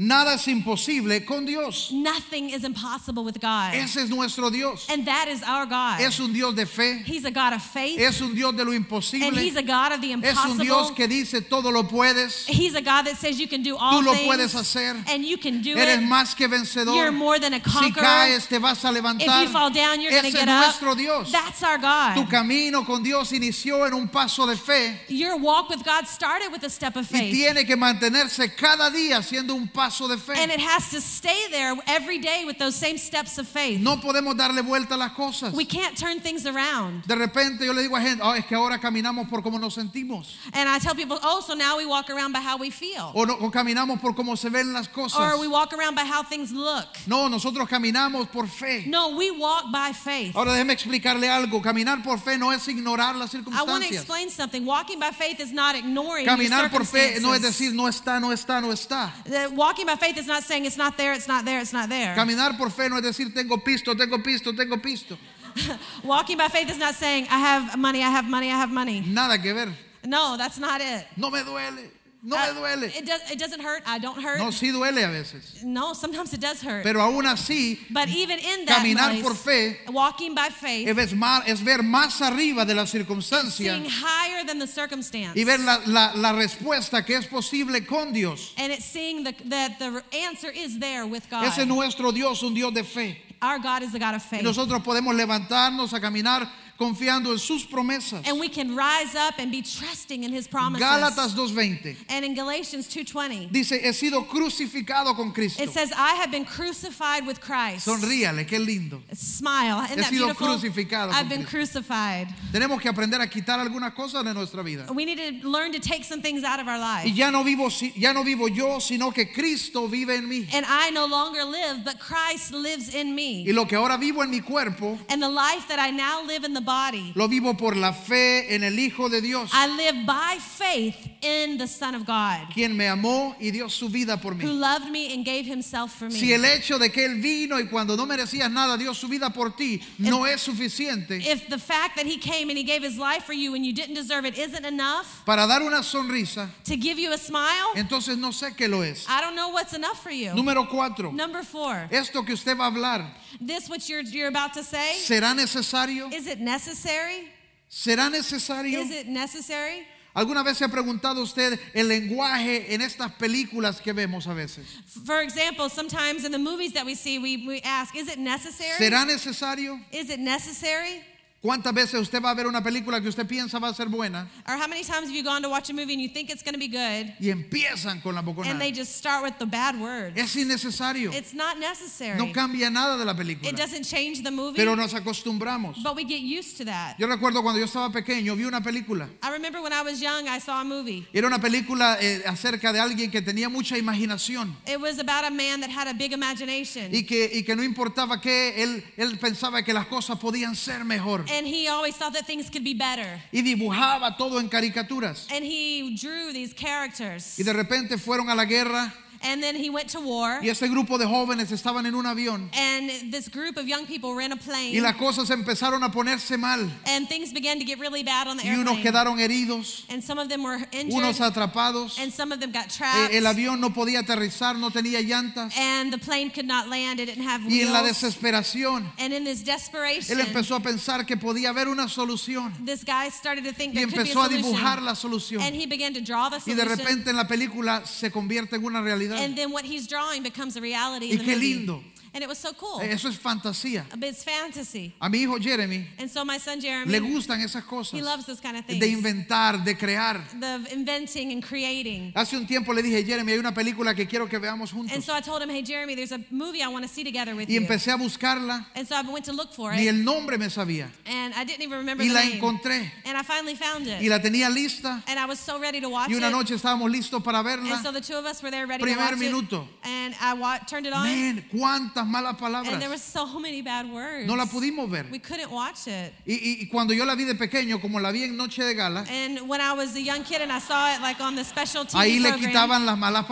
Speaker 2: nada es imposible con Dios.
Speaker 1: nothing is impossible with God.
Speaker 2: Ese es nuestro Dios.
Speaker 1: And that is our God.
Speaker 2: Es un Dios de fe.
Speaker 1: He's a God of faith,
Speaker 2: Es un Dios de lo
Speaker 1: and He's
Speaker 2: imposible.
Speaker 1: a God of the
Speaker 2: Es un Dios
Speaker 1: impossible.
Speaker 2: que dice, todo lo puedes.
Speaker 1: He's a God that says you can do all
Speaker 2: Tú lo
Speaker 1: things,
Speaker 2: puedes hacer.
Speaker 1: and you can do
Speaker 2: Eres
Speaker 1: it.
Speaker 2: más que
Speaker 1: You're
Speaker 2: vencedor.
Speaker 1: more than a
Speaker 2: Si
Speaker 1: conqueror.
Speaker 2: caes, te vas a
Speaker 1: If
Speaker 2: levantar.
Speaker 1: you fall down, you're going to
Speaker 2: Ese es
Speaker 1: get up.
Speaker 2: nuestro Dios.
Speaker 1: That's our
Speaker 2: Tu
Speaker 1: God.
Speaker 2: camino con Dios inició en un paso de fe
Speaker 1: Your walk with God started with a step of
Speaker 2: y
Speaker 1: faith.
Speaker 2: tiene que mantenerse cada día haciendo un paso de
Speaker 1: And
Speaker 2: fe.
Speaker 1: it has to stay there every day with those same steps of faith.
Speaker 2: No podemos darle vuelta a las cosas.
Speaker 1: We can't turn things around.
Speaker 2: De repente yo le digo a gente, "Ah, es que ahora caminamos por cómo nos sentimos
Speaker 1: And I tell people, oh, so now we walk around by how we feel,
Speaker 2: o, no- o caminamos por cómo se ven las cosas.
Speaker 1: or we walk around by how things look.
Speaker 2: No, nosotros caminamos por fe.
Speaker 1: No, we walk by faith.
Speaker 2: Ahora déjeme explicarle algo. Caminar por fe no es ignorar las
Speaker 1: I want to
Speaker 2: circunstancias.
Speaker 1: explain something. Walking by faith is not ignoring your
Speaker 2: Caminar por fe no es
Speaker 1: circumstances.
Speaker 2: decir no está, no está, no está.
Speaker 1: That Walking Walking by faith is not saying it's not there, it's not there, it's not there.
Speaker 2: Caminar por fe no es decir tengo pisto, tengo pisto, tengo pisto.
Speaker 1: Walking by faith is not saying I have money, I have money, I have money.
Speaker 2: Nada que ver.
Speaker 1: No, that's not it.
Speaker 2: No me duele. No
Speaker 1: Uh,
Speaker 2: me duele.
Speaker 1: It, does, it doesn't hurt. I don't hurt.
Speaker 2: No,
Speaker 1: No,
Speaker 2: sí duele a veces.
Speaker 1: sometimes it does hurt.
Speaker 2: Pero aún así
Speaker 1: but even in that
Speaker 2: caminar
Speaker 1: place,
Speaker 2: por fe-
Speaker 1: walking by faith,
Speaker 2: es ver más, es ver más arriba de la circunstancia
Speaker 1: seeing higher than the circumstance.
Speaker 2: y ver la, la- la respuesta que es posible con Dios.
Speaker 1: and it's seeing the, that the answer is there with God.
Speaker 2: Ese es nuestro Dios, un Dios de fe.
Speaker 1: Our God is the God of
Speaker 2: Y
Speaker 1: faith.
Speaker 2: nosotros podemos levantarnos a caminar confiando en sus promesas.
Speaker 1: and we can rise up and be trusting in his promises.
Speaker 2: Gálatas 2.20
Speaker 1: and in Galatians 2.20,
Speaker 2: dice, he sido crucificado con Cristo.
Speaker 1: it says, I have been crucified with Christ.
Speaker 2: Sonríale, qué lindo.
Speaker 1: Smile. Isn't
Speaker 2: He
Speaker 1: that
Speaker 2: sido
Speaker 1: beautiful?
Speaker 2: crucificado
Speaker 1: I've
Speaker 2: con
Speaker 1: been
Speaker 2: Cristo.
Speaker 1: crucified.
Speaker 2: Tenemos que aprender a quitar algunas cosas de nuestra vida.
Speaker 1: We need to learn to take some things out of our
Speaker 2: Y
Speaker 1: life.
Speaker 2: ya no vivo, si- ya no vivo yo, sino que Cristo vive en mí.
Speaker 1: And I no longer live, but Christ lives in
Speaker 2: Y
Speaker 1: me.
Speaker 2: lo que ahora vivo en mi cuerpo,
Speaker 1: And the life that I now live in the body,
Speaker 2: lo vivo por la fe en el Hijo de Dios,
Speaker 1: I live by faith in the Son of God,
Speaker 2: quien me amó y dio su vida por
Speaker 1: who
Speaker 2: mí.
Speaker 1: loved me and gave himself for
Speaker 2: Si el
Speaker 1: me.
Speaker 2: hecho de que Él vino y cuando no merecías nada dio su vida por ti no es suficiente
Speaker 1: If the fact that he came and he gave his life for you and you didn't deserve it isn't enough
Speaker 2: para dar una sonrisa,
Speaker 1: to give you a smile,
Speaker 2: entonces no sé qué lo es.
Speaker 1: I don't know what's enough for you.
Speaker 2: Número Eh cuatro,
Speaker 1: Number four,
Speaker 2: esto que usted va a hablar,
Speaker 1: this what you're, you're about to say,
Speaker 2: ¿será necesario?
Speaker 1: is it necessary?
Speaker 2: ¿Será necesario?
Speaker 1: Is it necessary?
Speaker 2: ¿Alguna vez se ha preguntado usted el lenguaje en estas películas que vemos a veces?
Speaker 1: For example, sometimes in the movies that we see, we, we ask, is it necessary?
Speaker 2: ¿Será necesario?
Speaker 1: Is it necessary?
Speaker 2: ¿Cuántas veces usted va a ver una película que usted piensa va a ser buena
Speaker 1: Or how many times have you gone to watch a movie and you think it's going to be good,
Speaker 2: y empiezan con la
Speaker 1: and
Speaker 2: boconada?
Speaker 1: they just start with the bad words?
Speaker 2: Es innecesario.
Speaker 1: It's not necessary.
Speaker 2: No cambia nada de la
Speaker 1: It
Speaker 2: película.
Speaker 1: doesn't change the movie,
Speaker 2: Pero nos acostumbramos.
Speaker 1: but we get used to that.
Speaker 2: Yo recuerdo cuando yo estaba pequeño, vi una película.
Speaker 1: I remember when I was young, I saw a movie.
Speaker 2: Era una película eh, acerca de alguien que tenía mucha imaginación
Speaker 1: It was about a man that had a big imagination,
Speaker 2: y que, y que no importaba que él, él pensaba que las cosas podían ser mejor.
Speaker 1: and he always thought that things could be better.
Speaker 2: Y dibujaba todo en caricaturas.
Speaker 1: And he drew these characters.
Speaker 2: Y de repente fueron a la guerra
Speaker 1: And then he went to war,
Speaker 2: y ese grupo de jóvenes estaban en un avión
Speaker 1: and this group of young people ran a
Speaker 2: y
Speaker 1: plane.
Speaker 2: las cosas empezaron a ponerse mal
Speaker 1: And things began to get really bad on the
Speaker 2: y unos
Speaker 1: airplane.
Speaker 2: quedaron heridos.
Speaker 1: And some of them were
Speaker 2: unos
Speaker 1: injured,
Speaker 2: atrapados,
Speaker 1: and some of them got
Speaker 2: eh,
Speaker 1: trapped.
Speaker 2: el avión no podía aterrizar, no tenía llantas
Speaker 1: And the plane could not land, it didn't have
Speaker 2: y en la
Speaker 1: wheels.
Speaker 2: desesperación
Speaker 1: And in this
Speaker 2: él
Speaker 1: desperation,
Speaker 2: empezó a pensar que podía haber una solución
Speaker 1: this guy started to think
Speaker 2: y
Speaker 1: there could be a
Speaker 2: empezó a dibujar
Speaker 1: solution.
Speaker 2: la solución
Speaker 1: And he began to draw the
Speaker 2: y de
Speaker 1: solution.
Speaker 2: repente en la película se convierte en una realidad.
Speaker 1: And then what he's drawing becomes a reality.
Speaker 2: Y
Speaker 1: in the
Speaker 2: qué
Speaker 1: movie.
Speaker 2: lindo.
Speaker 1: And it was so cool.
Speaker 2: Eh, Eso es fantasía.
Speaker 1: But it's fantasy.
Speaker 2: A mi hijo Jeremy
Speaker 1: And so my son
Speaker 2: le
Speaker 1: Jeremy,
Speaker 2: gustan esas
Speaker 1: he
Speaker 2: cosas
Speaker 1: loves this kind of
Speaker 2: de
Speaker 1: thing.
Speaker 2: inventar, de crear.
Speaker 1: The inventing and creating.
Speaker 2: Hace un tiempo le dije, Jeremy, hay una película que quiero que veamos
Speaker 1: And
Speaker 2: juntos.
Speaker 1: so I told him, hey Jeremy, there's a movie I want to see together with
Speaker 2: Y
Speaker 1: you.
Speaker 2: empecé a buscarla,
Speaker 1: And so I went to look for
Speaker 2: ni
Speaker 1: it.
Speaker 2: el nombre me sabía.
Speaker 1: And I didn't even remember
Speaker 2: Y
Speaker 1: the
Speaker 2: la
Speaker 1: name.
Speaker 2: encontré,
Speaker 1: And I finally found
Speaker 2: y
Speaker 1: it.
Speaker 2: la tenía lista,
Speaker 1: And I was so ready to watch
Speaker 2: Y una
Speaker 1: it.
Speaker 2: noche estábamos listos para
Speaker 1: And so
Speaker 2: verla.
Speaker 1: the two of us were there ready to
Speaker 2: Primer
Speaker 1: watch
Speaker 2: minuto.
Speaker 1: it. And I wa- turned it on.
Speaker 2: Man, cuántas malas
Speaker 1: And there were
Speaker 2: palabras.
Speaker 1: so many bad words.
Speaker 2: No la pudimos ver.
Speaker 1: We couldn't watch it.
Speaker 2: Y, y- y cuando yo la vi de pequeño, como la vi en Noche de Gala,
Speaker 1: And when I was a young kid and I saw it like on the special TV
Speaker 2: ahí le
Speaker 1: program,
Speaker 2: quitaban las malas
Speaker 1: they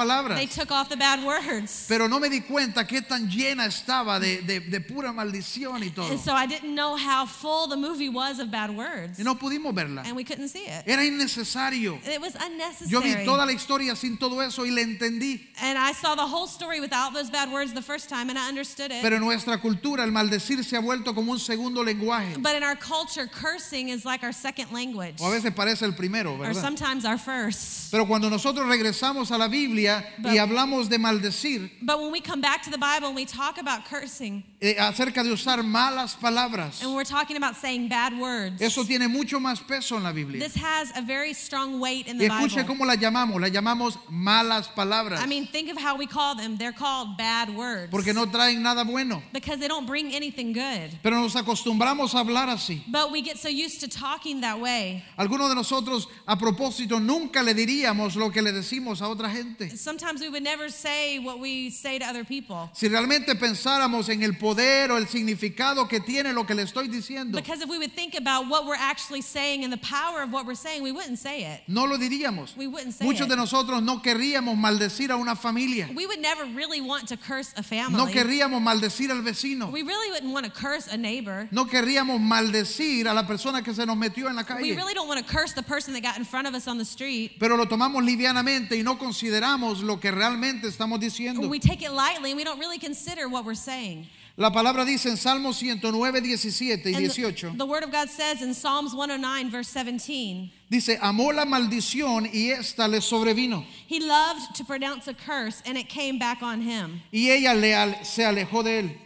Speaker 2: palabras.
Speaker 1: took off the bad words.
Speaker 2: Pero no me di cuenta qué tan llena estaba de, de- de pura maldición y todo.
Speaker 1: And so I didn't know how full the movie was of bad words.
Speaker 2: Y no pudimos verla.
Speaker 1: And we couldn't see it.
Speaker 2: Era innecesario.
Speaker 1: It was unnecessary.
Speaker 2: eh, Yo vi toda la historia sin todo eso y la entendí.
Speaker 1: And I saw the whole story without those bad words the first time and I understood it.
Speaker 2: Pero en nuestra cultura el maldecir se ha vuelto como un segundo lenguaje.
Speaker 1: but in our culture, cursing is like our second language.
Speaker 2: O a veces parece el primero,
Speaker 1: or
Speaker 2: ¿verdad?
Speaker 1: sometimes our first.
Speaker 2: Pero cuando nosotros regresamos a la Biblia y
Speaker 1: But-
Speaker 2: hablamos de maldecir,
Speaker 1: But when we come back to the Bible and we talk about cursing,
Speaker 2: eh, acerca de usar malas palabras.
Speaker 1: and we're talking about saying bad words,
Speaker 2: Eso tiene mucho más peso en la Biblia.
Speaker 1: this has a very strong weight in
Speaker 2: Y
Speaker 1: the
Speaker 2: escuche
Speaker 1: Bible.
Speaker 2: cómo la llamamos. La llamamos malas palabras.
Speaker 1: I mean, think of how we call them. They're called bad words
Speaker 2: Porque no traen nada bueno.
Speaker 1: because they don't bring anything good.
Speaker 2: Pero nos acostumbramos a hablar así.
Speaker 1: But we get so used to talking that way.
Speaker 2: Algunos de nosotros, a propósito, nunca le diríamos lo que le decimos a otra gente.
Speaker 1: Sometimes we would never say what we say to other people.
Speaker 2: Si realmente pensáramos en el poder o el significado que tiene lo que le estoy diciendo,
Speaker 1: Because if we would think about what we're actually saying and the power of what we're saying, we wouldn't say it.
Speaker 2: no lo diríamos.
Speaker 1: We wouldn't say
Speaker 2: Muchos de
Speaker 1: it.
Speaker 2: nosotros no querríamos maldecir a una familia.
Speaker 1: We would never really want to curse a family.
Speaker 2: No querríamos maldecir al vecino.
Speaker 1: we really wouldn't want to curse a neighbor.
Speaker 2: No querríamos maldecir a la persona que se nos metió en la
Speaker 1: We
Speaker 2: calle.
Speaker 1: really don't want to curse the person that got in front of us on the street.
Speaker 2: Pero lo tomamos livianamente y no consideramos lo que realmente estamos diciendo.
Speaker 1: We take it lightly and we don't really consider what we're saying.
Speaker 2: La palabra dice en Salmo 109, 17 y
Speaker 1: And the-
Speaker 2: 18.
Speaker 1: the Word of God says in Psalms 109, verse 17,
Speaker 2: Dice, amó la maldición y ésta le sobrevino.
Speaker 1: He loved to pronounce a curse and it came back on him.
Speaker 2: Y ella le al- se alejó de él.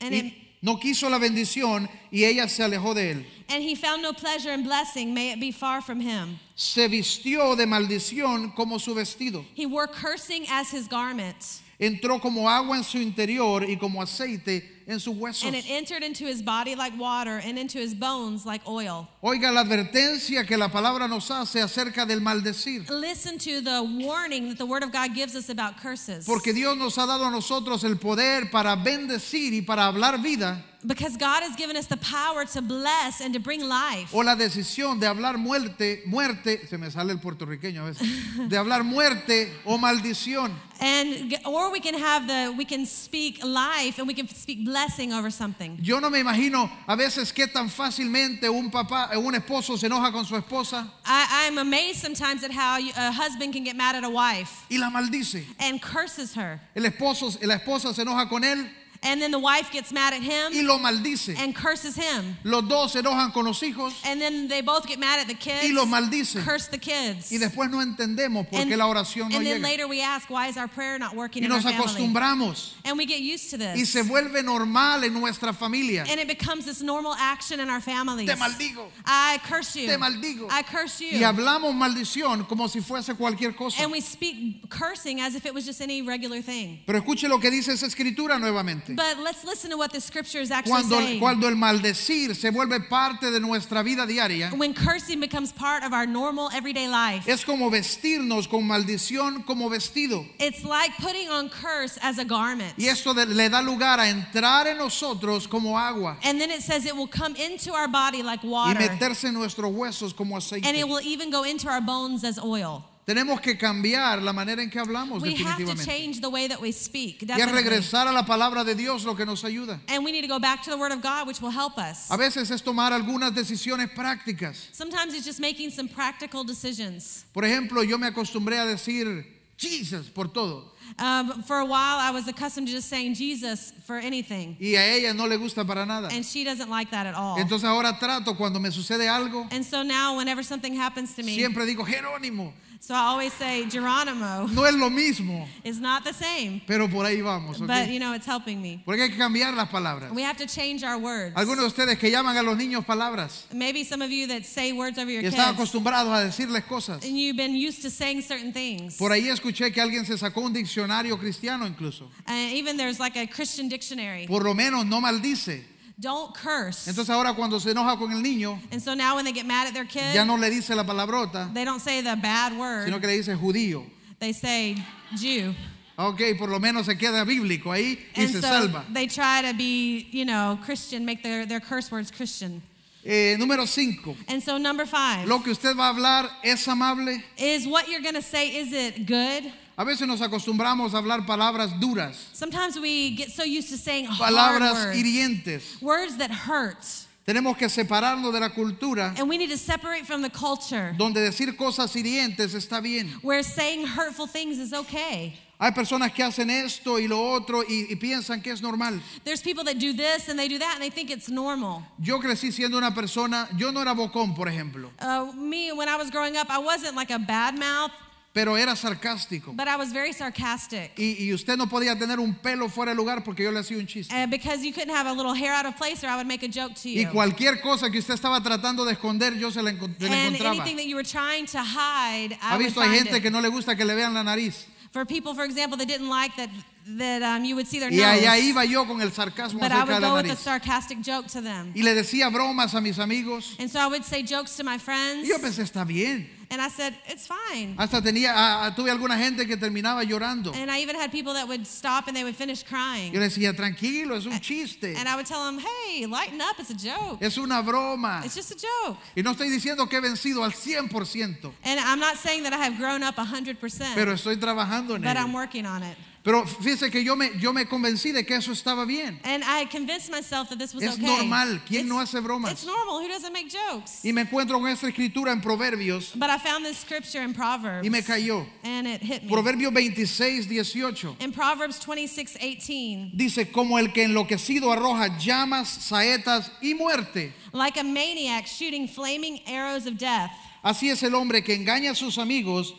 Speaker 1: And,
Speaker 2: Y
Speaker 1: it,
Speaker 2: no quiso la bendición y ella se alejó de él.
Speaker 1: and he found no pleasure in blessing, may it be far from him.
Speaker 2: Se vistió de maldición como su vestido.
Speaker 1: He wore cursing as his garment,
Speaker 2: Entró como agua en su interior y como aceite en sus huesos.
Speaker 1: and it entered into his body like water, and into his bones like oil.
Speaker 2: Oiga la advertencia que la palabra nos hace acerca del maldecir.
Speaker 1: Listen to the warning that the Word of God gives us about curses.
Speaker 2: Porque Dios nos ha dado a nosotros el poder para bendecir y para hablar vida
Speaker 1: Because God has given us the power to bless and to bring life.
Speaker 2: o la decisión de hablar muerte, muerte, se me sale el puertorriqueño a veces, de hablar muerte o maldición.
Speaker 1: And g- or we can have the we can speak life and we can speak blessing over something.
Speaker 2: Yo no me imagino a veces qué tan fácilmente un papá, un esposo se enoja con su esposa
Speaker 1: I, I'm amazed sometimes at how you, a husband can get mad at a wife
Speaker 2: y la maldice.
Speaker 1: and curses her,
Speaker 2: El esposo, la esposa se enoja con él
Speaker 1: and then the wife gets mad at
Speaker 2: y
Speaker 1: him
Speaker 2: lo maldice.
Speaker 1: and curses him,
Speaker 2: Los dos se enojan con los hijos
Speaker 1: and then they both get mad at the
Speaker 2: y los
Speaker 1: kids,
Speaker 2: maldice.
Speaker 1: curse the kids,
Speaker 2: Y después no entendemos por
Speaker 1: and,
Speaker 2: qué la oración no
Speaker 1: and then
Speaker 2: llega.
Speaker 1: later we ask why is our prayer not working
Speaker 2: Y
Speaker 1: in our
Speaker 2: nos
Speaker 1: family,
Speaker 2: acostumbramos.
Speaker 1: and we get used to
Speaker 2: y
Speaker 1: this,
Speaker 2: se vuelve normal en nuestra familia.
Speaker 1: and it becomes this normal action in our families.
Speaker 2: Te maldigo.
Speaker 1: I curse you.
Speaker 2: Te maldigo.
Speaker 1: I curse you.
Speaker 2: Y hablamos maldición como si fuese cualquier cosa.
Speaker 1: And we speak cursing as if it was just any regular thing.
Speaker 2: Pero escuche lo que dice esa escritura nuevamente.
Speaker 1: But let's listen to what the scripture is actually
Speaker 2: Cuando,
Speaker 1: saying.
Speaker 2: cuando el maldecir se vuelve parte de nuestra vida diaria,
Speaker 1: when cursing becomes part of our normal everyday life,
Speaker 2: es como vestirnos con maldición como vestido.
Speaker 1: it's like putting on curse as a garment.
Speaker 2: Y esto de- le da lugar a entrar en nosotros como agua
Speaker 1: And then it says it will come into our body like
Speaker 2: y
Speaker 1: water,
Speaker 2: meterse en nuestros huesos como
Speaker 1: and
Speaker 2: aceite.
Speaker 1: it will even go into our bones as oil.
Speaker 2: Tenemos que cambiar la manera en que hablamos
Speaker 1: We have to
Speaker 2: definitivamente.
Speaker 1: change the way that we speak.
Speaker 2: Y es
Speaker 1: Definitely.
Speaker 2: regresar a la palabra de Dios lo que nos ayuda.
Speaker 1: And we need to go back to the Word of God, which will help us.
Speaker 2: A veces es tomar algunas decisiones prácticas.
Speaker 1: Sometimes it's just making some practical decisions.
Speaker 2: Por ejemplo, yo me acostumbré a decir Jesus por todo.
Speaker 1: Um, for a while, I was accustomed to just saying Jesus for anything.
Speaker 2: Y a ella no le gusta para nada.
Speaker 1: And she doesn't like that at all.
Speaker 2: Entonces ahora trato cuando me sucede algo,
Speaker 1: And so now, whenever something happens to me,
Speaker 2: siempre digo Jerónimo.
Speaker 1: so I always say Geronimo
Speaker 2: No es lo mismo,
Speaker 1: is not the same,
Speaker 2: pero por ahí vamos. ¿ok?
Speaker 1: but you know, it's helping me.
Speaker 2: Porque hay que cambiar las palabras.
Speaker 1: We have to change our words.
Speaker 2: Algunos de ustedes que llaman a los niños palabras
Speaker 1: Maybe some of you that say words over your
Speaker 2: y están
Speaker 1: kids
Speaker 2: acostumbrados a decirles cosas.
Speaker 1: and you've been used to saying certain things.
Speaker 2: Por ahí escuché que alguien se sacó un diccionario cristiano incluso.
Speaker 1: And Uh, even there's like a Christian dictionary.
Speaker 2: Por lo menos no maldice.
Speaker 1: Don't curse.
Speaker 2: Entonces ahora cuando se enoja con el niño,
Speaker 1: And so now when they get mad at their
Speaker 2: ya
Speaker 1: kid,
Speaker 2: no le dice la palabrota,
Speaker 1: they don't say the bad
Speaker 2: sino
Speaker 1: word.
Speaker 2: que le dice judío.
Speaker 1: They say Jew.
Speaker 2: Ok, por lo menos se queda bíblico ahí y
Speaker 1: And
Speaker 2: se
Speaker 1: so
Speaker 2: salva.
Speaker 1: they try to be, you know, Christian, make their, their curse words Christian.
Speaker 2: Eh, número 5.
Speaker 1: And so number five.
Speaker 2: Lo que usted va a hablar es amable.
Speaker 1: is what you're going to say is it good
Speaker 2: A veces nos acostumbramos a hablar palabras duras,
Speaker 1: sometimes we get so used to saying hard
Speaker 2: palabras
Speaker 1: words,
Speaker 2: hirientes.
Speaker 1: words that hurt
Speaker 2: Tenemos que separarnos de la cultura
Speaker 1: and we need to separate from the culture
Speaker 2: donde decir cosas hirientes está bien.
Speaker 1: where saying hurtful things is okay
Speaker 2: Hay personas que hacen esto y lo otro y, y piensan que es normal.
Speaker 1: there's people that do this and they do that and they think it's normal
Speaker 2: Yo crecí siendo una persona, yo no era bocón, por ejemplo,
Speaker 1: uh, me when i was growing up i wasn't like a bad mouth
Speaker 2: pero era sarcástico.
Speaker 1: but i was very sarcastic
Speaker 2: Y, y usted no podía tener un pelo fuera de lugar porque yo le hacía un chiste.
Speaker 1: uh, because you couldn't have a little hair out of place or i would make a joke to
Speaker 2: Y
Speaker 1: you
Speaker 2: cualquier cosa que usted estaba tratando de esconder, yo se la, encon- se la
Speaker 1: and
Speaker 2: encontraba.
Speaker 1: anything that you were trying to hide
Speaker 2: Ha
Speaker 1: i would
Speaker 2: visto hay
Speaker 1: find
Speaker 2: gente
Speaker 1: it.
Speaker 2: que no le gusta que le vean la nariz.
Speaker 1: for people for example that didn't like that that um, you would see their
Speaker 2: Y allá
Speaker 1: nose.
Speaker 2: iba yo con el sarcasmo
Speaker 1: But I
Speaker 2: acerca de
Speaker 1: would
Speaker 2: la
Speaker 1: go with a
Speaker 2: nariz.
Speaker 1: sarcastic joke to them.
Speaker 2: Y le decía bromas a mis amigos.
Speaker 1: And so I would say jokes to my
Speaker 2: Y
Speaker 1: friends.
Speaker 2: yo pensé, está bien.
Speaker 1: And I said, it's fine.
Speaker 2: Hasta tenía, a- a- tuve alguna gente que terminaba llorando.
Speaker 1: And I even had people that would stop and they would finish
Speaker 2: Yo
Speaker 1: crying.
Speaker 2: le decía, tranquilo, es un chiste.
Speaker 1: And I would tell them, hey, lighten up. It's a joke.
Speaker 2: Es una broma.
Speaker 1: It's just a joke.
Speaker 2: Y no estoy diciendo que he vencido al 100%,
Speaker 1: And I'm not saying that I have grown up 100%,
Speaker 2: pero estoy trabajando en
Speaker 1: but I'm
Speaker 2: ello.
Speaker 1: working on it.
Speaker 2: Pero fíjese que yo me, yo me convencí de que eso estaba bien.
Speaker 1: And I convinced myself that this was
Speaker 2: Es
Speaker 1: okay.
Speaker 2: normal. ¿Quién no hace bromas?
Speaker 1: It's normal. Who doesn't make jokes?
Speaker 2: Y me encuentro con esta escritura en Proverbios
Speaker 1: But I found this scripture in Proverbs.
Speaker 2: y me cayó.
Speaker 1: And it hit me.
Speaker 2: Proverbios 26, 18.
Speaker 1: in Proverbs 26, 18.
Speaker 2: Dice, como el que enloquecido arroja llamas, saetas y muerte.
Speaker 1: Like a maniac shooting flaming arrows of death.
Speaker 2: Así es el hombre que engaña a sus amigos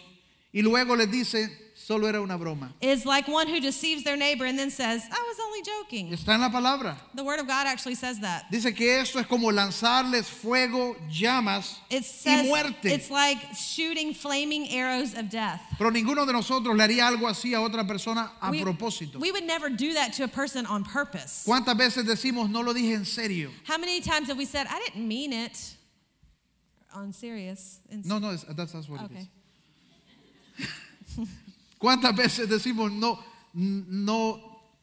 Speaker 2: y luego les dice, solo era una broma.
Speaker 1: Is like one who deceives their neighbor and then says, I was only joking.
Speaker 2: Está en la palabra.
Speaker 1: The Word of God actually says that.
Speaker 2: Dice que esto es como lanzarles fuego, llamas
Speaker 1: It
Speaker 2: y
Speaker 1: says
Speaker 2: muerte.
Speaker 1: it's like shooting flaming arrows of death.
Speaker 2: Pero ninguno de nosotros le haría algo así a otra persona a
Speaker 1: we,
Speaker 2: propósito.
Speaker 1: we would never do that to a person on purpose.
Speaker 2: ¿Cuántas veces decimos no lo dije en serio?
Speaker 1: How many times have we said, I didn't mean it? On serious. in-
Speaker 2: No, no, es- that's, that's what it
Speaker 1: okay.
Speaker 2: is. ¿Cuántas veces decimos no, n- no,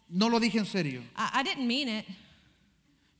Speaker 2: no lo dije en serio?
Speaker 1: I, I didn't mean it,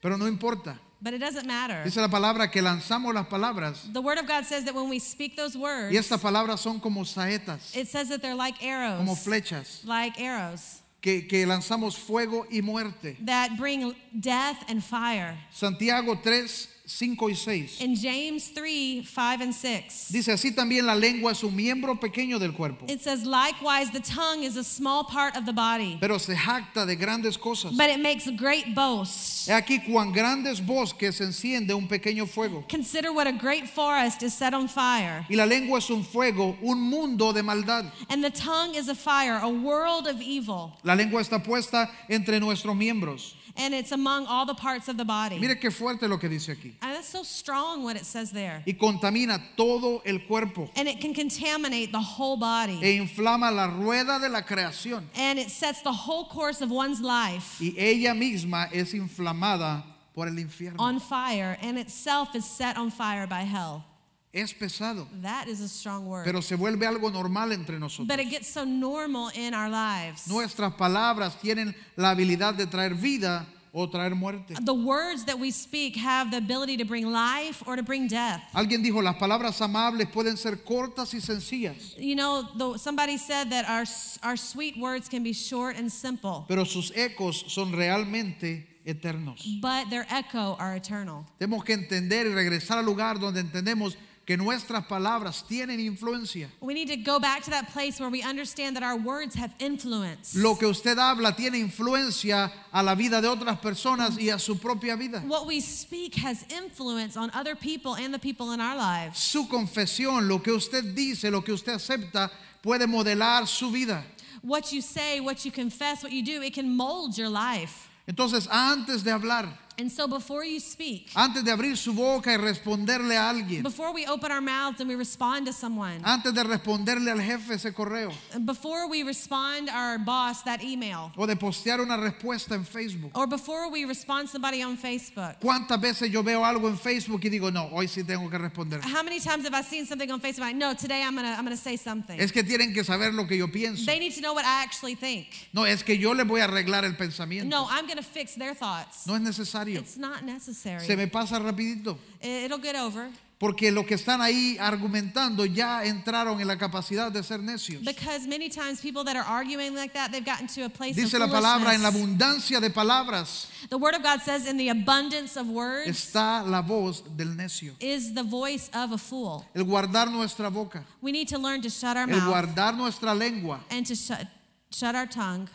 Speaker 2: Pero no importa.
Speaker 1: but it doesn't matter.
Speaker 2: Dice la palabra que lanzamos las palabras
Speaker 1: The Word of God says that when we speak those words,
Speaker 2: y estas palabras son como saetas,
Speaker 1: it says that they're like arrows.
Speaker 2: como flechas,
Speaker 1: like arrows
Speaker 2: que, que lanzamos fuego y muerte.
Speaker 1: that bring death and fire.
Speaker 2: Santiago 3, 5 y 6.
Speaker 1: In James 3 5 and 6,
Speaker 2: Dice así también la lengua es un miembro pequeño del cuerpo,
Speaker 1: it says, Likewise, the tongue is a small part of the body,
Speaker 2: pero se jacta de grandes cosas.
Speaker 1: but it makes great boast.
Speaker 2: He aquí cuán grandes bosques enciende un pequeño fuego.
Speaker 1: Consider what a great forest is set on fire.
Speaker 2: Y la lengua es un fuego, un mundo de maldad.
Speaker 1: And the tongue is a fire, a world of evil,
Speaker 2: La lengua está puesta entre nuestros miembros.
Speaker 1: and it's among all the parts of the body.
Speaker 2: Mire qué fuerte lo que dice aquí.
Speaker 1: And that's so strong what it says there.
Speaker 2: Y contamina todo el cuerpo
Speaker 1: And it can contaminate the whole
Speaker 2: e
Speaker 1: body.
Speaker 2: inflama la rueda de la creación.
Speaker 1: And it sets the whole course of one's life
Speaker 2: Y ella misma es inflamada por el infierno.
Speaker 1: on fire, and itself is set on fire by hell.
Speaker 2: Es pesado,
Speaker 1: That is a strong word.
Speaker 2: pero se vuelve algo normal entre
Speaker 1: But
Speaker 2: nosotros.
Speaker 1: it gets so normal in our lives.
Speaker 2: Nuestras palabras tienen la habilidad de traer vida o traer muerte.
Speaker 1: The words that we speak have the ability to bring life or to bring death.
Speaker 2: Alguien dijo, las palabras amables pueden ser cortas y sencillas,
Speaker 1: You know, the, somebody said that our, s- our sweet words can be short and simple,
Speaker 2: pero sus ecos son realmente eternos.
Speaker 1: but their echo are eternal.
Speaker 2: Tenemos que entender y regresar al lugar donde entendemos que nuestras palabras tienen influencia.
Speaker 1: We need to go back to that place where we understand that our words have influence.
Speaker 2: Lo que usted habla tiene influencia a la vida de otras personas y a su propia vida.
Speaker 1: What we speak has influence on other people and the people in our lives.
Speaker 2: Su confesión, lo que usted dice, lo que usted acepta, puede modelar su vida.
Speaker 1: What you say, what you confess, what you do, it can mold your life.
Speaker 2: Entonces, antes de hablar,
Speaker 1: And so before you speak,
Speaker 2: Antes de abrir su boca y responderle a alguien.
Speaker 1: Before we open our mouths and we respond to someone,
Speaker 2: Antes de responderle al jefe ese correo.
Speaker 1: before we respond our boss that email,
Speaker 2: O de postear una respuesta en Facebook.
Speaker 1: or before we respond somebody on Facebook.
Speaker 2: ¿Cuántas veces yo veo algo en Facebook y digo, no, hoy sí tengo que responder?
Speaker 1: How many times have I seen something on Facebook? Like, no, today I'm gonna I'm gonna say something.
Speaker 2: Es que tienen que saber lo que yo pienso.
Speaker 1: They need to know what I actually think.
Speaker 2: No, es que yo les voy a arreglar el pensamiento.
Speaker 1: No, I'm gonna fix their thoughts.
Speaker 2: No es necesario.
Speaker 1: It's not necessary.
Speaker 2: Se me pasa rapidito.
Speaker 1: It- It'll get over
Speaker 2: Porque los que están ahí argumentando ya entraron en la capacidad de ser necios.
Speaker 1: because many times people that are arguing like that they've gotten to a place
Speaker 2: Dice
Speaker 1: of
Speaker 2: la palabra, en la
Speaker 1: foolishness.
Speaker 2: abundancia de palabras
Speaker 1: The Word of God says, "In the abundance of words
Speaker 2: está la voz del necio.
Speaker 1: is the voice of a fool."
Speaker 2: El guardar nuestra boca.
Speaker 1: We need to learn to shut our
Speaker 2: El
Speaker 1: mouth.
Speaker 2: guardar nuestra lengua
Speaker 1: and to shut, shut our tongue.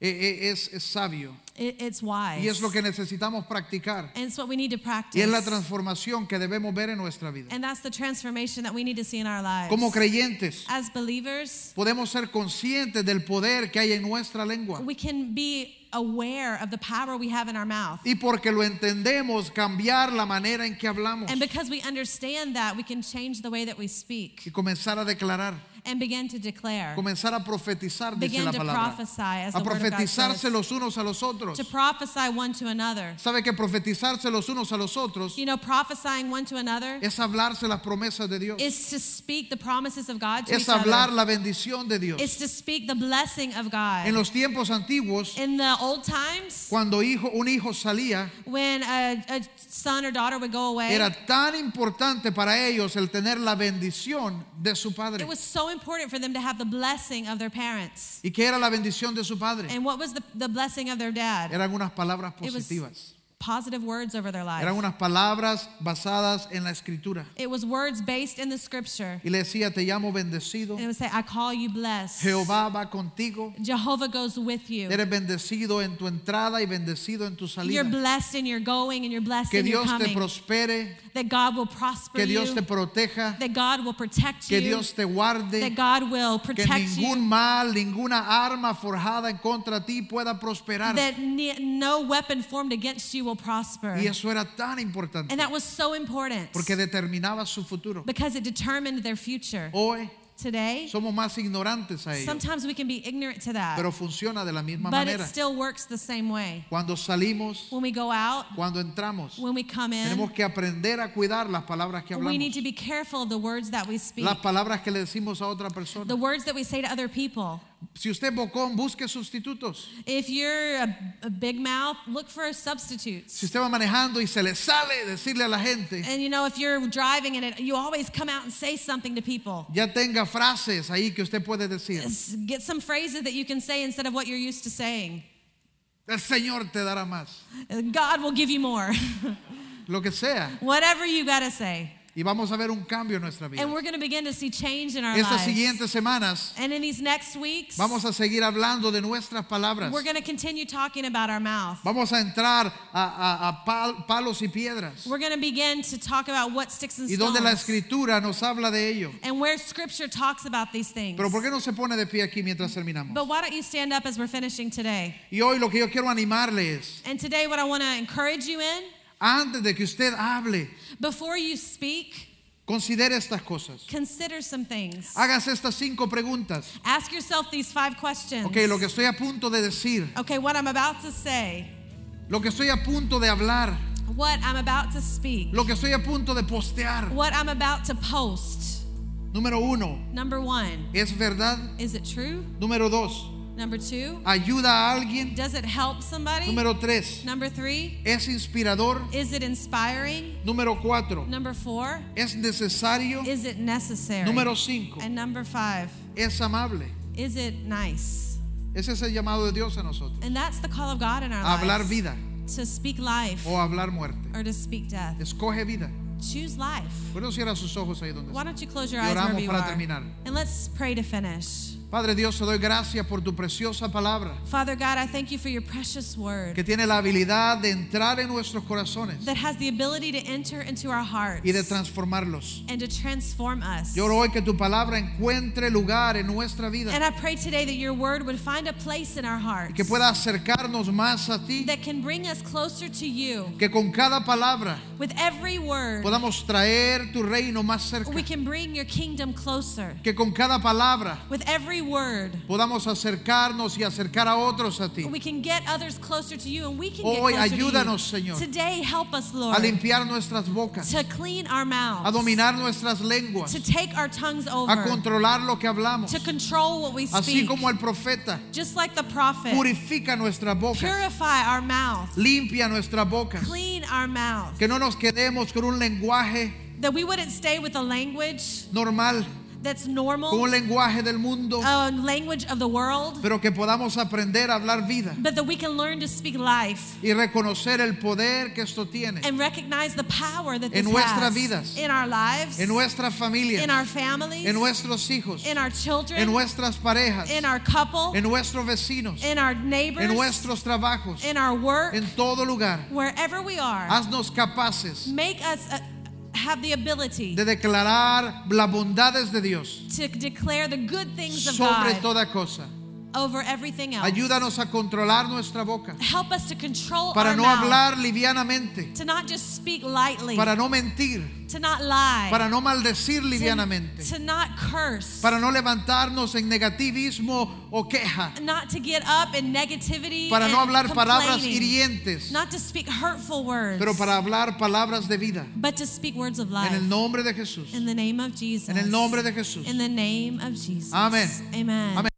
Speaker 2: eh, eh, es, es sabio
Speaker 1: It, it's wise.
Speaker 2: y es lo que necesitamos practicar
Speaker 1: and it's what we need to
Speaker 2: y
Speaker 1: practice.
Speaker 2: es la transformación que debemos ver en nuestra vida.
Speaker 1: and that's the transformation that we need to see in our lives.
Speaker 2: Como creyentes
Speaker 1: As believers,
Speaker 2: podemos ser conscientes del poder que hay en nuestra lengua
Speaker 1: we can be aware of the power we have in our mouth.
Speaker 2: y porque lo entendemos cambiar la manera en que hablamos
Speaker 1: And because we understand that, we can change the way that we
Speaker 2: y
Speaker 1: speak
Speaker 2: comenzar a declarar.
Speaker 1: and begin to declare,
Speaker 2: Comenzar a profetizar, dice
Speaker 1: Begin
Speaker 2: la
Speaker 1: to
Speaker 2: palabra.
Speaker 1: prophesy, as
Speaker 2: A
Speaker 1: the word of God
Speaker 2: profetizarse
Speaker 1: says.
Speaker 2: los unos a los otros.
Speaker 1: to prophesy one to another.
Speaker 2: ¿Sabe que profetizarse los unos a los otros
Speaker 1: You know, prophesying one to another
Speaker 2: es hablarse las promesas de Dios?
Speaker 1: is to speak the promises of God to
Speaker 2: Es
Speaker 1: each other.
Speaker 2: hablar la bendición de Dios.
Speaker 1: It's to speak the blessing of God.
Speaker 2: En los tiempos antiguos,
Speaker 1: In the old times,
Speaker 2: cuando hijo, un hijo salía,
Speaker 1: when a, a son or daughter would go away,
Speaker 2: era tan importante para ellos el tener la bendición de su padre.
Speaker 1: it was so important for them to have the blessing of their parents.
Speaker 2: ¿Y qué era la bendición de su padre?
Speaker 1: And what was the, the blessing of their dad?
Speaker 2: Eran unas palabras
Speaker 1: It was
Speaker 2: positivas.
Speaker 1: positive words over their life.
Speaker 2: Eran unas palabras basadas en la escritura.
Speaker 1: It was words based in the scripture.
Speaker 2: Y le decía, te llamo bendecido.
Speaker 1: And it would say, I call you blessed.
Speaker 2: Jehová va contigo.
Speaker 1: Jehovah goes with you.
Speaker 2: Eres bendecido en tu entrada y bendecido en tu
Speaker 1: You're
Speaker 2: salida.
Speaker 1: blessed in your going and you're blessed
Speaker 2: Que
Speaker 1: in your
Speaker 2: Dios te
Speaker 1: coming.
Speaker 2: prospere,
Speaker 1: That God will prosper
Speaker 2: que Dios
Speaker 1: you.
Speaker 2: te proteja,
Speaker 1: That God will protect
Speaker 2: que
Speaker 1: you.
Speaker 2: Dios te guarde,
Speaker 1: That God will
Speaker 2: que
Speaker 1: protect you.
Speaker 2: ningún mal, ninguna arma forjada en contra de ti pueda prosperar.
Speaker 1: that ne- no weapon formed against you will prosper.
Speaker 2: Y eso era tan importante
Speaker 1: And that was so important
Speaker 2: porque Oh, determinaba su futuro.
Speaker 1: because it determined their future.
Speaker 2: Hoy
Speaker 1: Today,
Speaker 2: somos más ignorantes a ello,
Speaker 1: sometimes we can be ignorant to that,
Speaker 2: pero funciona de la misma
Speaker 1: but it
Speaker 2: manera.
Speaker 1: still works the same way.
Speaker 2: Cuando salimos,
Speaker 1: When we go out,
Speaker 2: cuando entramos,
Speaker 1: when we come in,
Speaker 2: tenemos que aprender a cuidar las palabras que
Speaker 1: we need
Speaker 2: hablamos,
Speaker 1: to be careful of the words that we speak,
Speaker 2: las palabras que le decimos a otra persona.
Speaker 1: the words that we say to other people.
Speaker 2: Si usted es bocón, busque sustitutos.
Speaker 1: If you're a, a big mouth, look for substitutes.
Speaker 2: Si usted va manejando y se le sale decirle a la gente,
Speaker 1: And you know, if you're driving and it, you always come out and say something to people.
Speaker 2: ya tenga frases ahí que usted puede decir.
Speaker 1: S- Get some phrases that you can say instead of what you're used to saying.
Speaker 2: El Señor te dará más,
Speaker 1: God will give you more.
Speaker 2: lo que sea.
Speaker 1: Whatever you got to say.
Speaker 2: Y vamos a ver un cambio en nuestra vida.
Speaker 1: And we're going to begin to see change in our
Speaker 2: Estas
Speaker 1: lives.
Speaker 2: siguientes semanas
Speaker 1: And in these next weeks,
Speaker 2: vamos a seguir hablando de nuestras palabras.
Speaker 1: we're going to continue talking about our mouth.
Speaker 2: Vamos a entrar a, a- a pal- palos y piedras.
Speaker 1: We're going to begin to talk about what sticks and
Speaker 2: Y donde la
Speaker 1: stones.
Speaker 2: escritura nos habla de ello.
Speaker 1: And where scripture talks about these things.
Speaker 2: Pero ¿por qué no se pone de pie aquí mientras terminamos?
Speaker 1: But why don't you stand up as we're finishing today?
Speaker 2: Y hoy lo que yo quiero animarle es,
Speaker 1: And today, what I want to encourage you in,
Speaker 2: antes de que usted hable,
Speaker 1: before you speak,
Speaker 2: considere estas cosas.
Speaker 1: consider some things.
Speaker 2: Hágase estas cinco preguntas.
Speaker 1: Ask yourself these five questions.
Speaker 2: Ok, lo que estoy a punto de decir,
Speaker 1: Okay, what I'm about to say,
Speaker 2: lo que estoy a punto de hablar,
Speaker 1: what I'm about to speak.
Speaker 2: lo que estoy a punto de postear.
Speaker 1: What I'm about to post.
Speaker 2: Número uno,
Speaker 1: Number one,
Speaker 2: ¿es verdad?
Speaker 1: is it true?
Speaker 2: Número dos,
Speaker 1: Number two,
Speaker 2: ¿ayuda a alguien?
Speaker 1: does it help somebody?
Speaker 2: Número tres,
Speaker 1: Number three,
Speaker 2: ¿es inspirador?
Speaker 1: is it inspiring?
Speaker 2: Número cuatro,
Speaker 1: Number four,
Speaker 2: ¿es necesario?
Speaker 1: is it necessary?
Speaker 2: Número cinco,
Speaker 1: and number five,
Speaker 2: ¿es amable?
Speaker 1: is it nice?
Speaker 2: Ese es el llamado de Dios a nosotros.
Speaker 1: And that's the call of God in our
Speaker 2: A hablar
Speaker 1: lives.
Speaker 2: vida
Speaker 1: To speak life
Speaker 2: o a hablar muerte.
Speaker 1: or to speak death.
Speaker 2: Escoge vida.
Speaker 1: Choose life.
Speaker 2: Bueno, cierra sus ojos ahí donde
Speaker 1: Why
Speaker 2: está.
Speaker 1: don't you close your
Speaker 2: Y
Speaker 1: eyes
Speaker 2: oramos
Speaker 1: wherever you
Speaker 2: para
Speaker 1: are?
Speaker 2: terminar.
Speaker 1: And let's pray to finish.
Speaker 2: Padre Dios, te doy gracias por tu preciosa palabra
Speaker 1: Father God, I thank you for your precious word
Speaker 2: que tiene la habilidad de entrar en nuestros corazones
Speaker 1: that has the ability to enter into our hearts.
Speaker 2: y de transformarlos.
Speaker 1: and to transform us.
Speaker 2: Yo oro hoy que tu palabra encuentre lugar en nuestra vida
Speaker 1: and I pray today that your word would find a place in our hearts
Speaker 2: y que pueda acercarnos más a ti,
Speaker 1: that can bring us closer to you.
Speaker 2: que con cada palabra
Speaker 1: With every word,
Speaker 2: podamos traer tu reino más cerca,
Speaker 1: we can bring your kingdom closer.
Speaker 2: que con cada palabra
Speaker 1: With every word,
Speaker 2: podamos acercarnos y acercar a otros a ti,
Speaker 1: we can get others closer to you and we can
Speaker 2: Hoy
Speaker 1: get closer
Speaker 2: ayúdanos,
Speaker 1: to you.
Speaker 2: Señor,
Speaker 1: Today, help us, Lord,
Speaker 2: a limpiar nuestras bocas,
Speaker 1: to clean our
Speaker 2: a
Speaker 1: mouths,
Speaker 2: dominar nuestras lenguas,
Speaker 1: to take our tongues over,
Speaker 2: a controlar lo que hablamos,
Speaker 1: to control what we
Speaker 2: así
Speaker 1: speak.
Speaker 2: como el profeta
Speaker 1: Just like the prophet,
Speaker 2: purifica nuestras bocas,
Speaker 1: purify our mouth,
Speaker 2: limpia nuestras bocas,
Speaker 1: clean our mouth,
Speaker 2: que no nos quedemos con un lenguaje
Speaker 1: that we wouldn't stay with a language
Speaker 2: normal,
Speaker 1: that's
Speaker 2: con
Speaker 1: normal,
Speaker 2: un lenguaje del mundo.
Speaker 1: a language of the world,
Speaker 2: pero que podamos aprender a hablar vida
Speaker 1: but that we can learn to speak life
Speaker 2: y reconocer el poder que esto tiene
Speaker 1: and recognize the power that
Speaker 2: En
Speaker 1: this
Speaker 2: nuestras
Speaker 1: has
Speaker 2: vidas.
Speaker 1: in our lives,
Speaker 2: en nuestra
Speaker 1: in
Speaker 2: familia,
Speaker 1: our families,
Speaker 2: en nuestros hijos,
Speaker 1: in our children,
Speaker 2: en nuestras parejas,
Speaker 1: in our couple,
Speaker 2: en nuestros vecinos,
Speaker 1: in our neighbors,
Speaker 2: en nuestros trabajos,
Speaker 1: in our work,
Speaker 2: en todo lugar.
Speaker 1: wherever we are.
Speaker 2: Haznos capaces
Speaker 1: make us uh, have the ability
Speaker 2: de declarar las bondades de Dios
Speaker 1: to declare the good things of
Speaker 2: sobre
Speaker 1: God
Speaker 2: toda cosa
Speaker 1: over everything else.
Speaker 2: Ayúdanos a controlar nuestra boca
Speaker 1: Help us to control
Speaker 2: para
Speaker 1: our
Speaker 2: no
Speaker 1: mouth,
Speaker 2: hablar livianamente,
Speaker 1: to not just speak lightly,
Speaker 2: para no mentir,
Speaker 1: to not lie,
Speaker 2: para no
Speaker 1: to,
Speaker 2: maldecir livianamente,
Speaker 1: to not curse,
Speaker 2: para no levantarnos en negativismo o queja,
Speaker 1: not to get up in negativity,
Speaker 2: para
Speaker 1: and
Speaker 2: no hablar palabras
Speaker 1: complaining,
Speaker 2: hirientes,
Speaker 1: not to speak hurtful words,
Speaker 2: pero para hablar palabras de vida.
Speaker 1: but to speak words of life.
Speaker 2: En el nombre de Jesús.
Speaker 1: in the name of Jesus.
Speaker 2: En el nombre de Jesús.
Speaker 1: In the name of Jesus.
Speaker 2: Amén.
Speaker 1: Amen.
Speaker 2: Amén.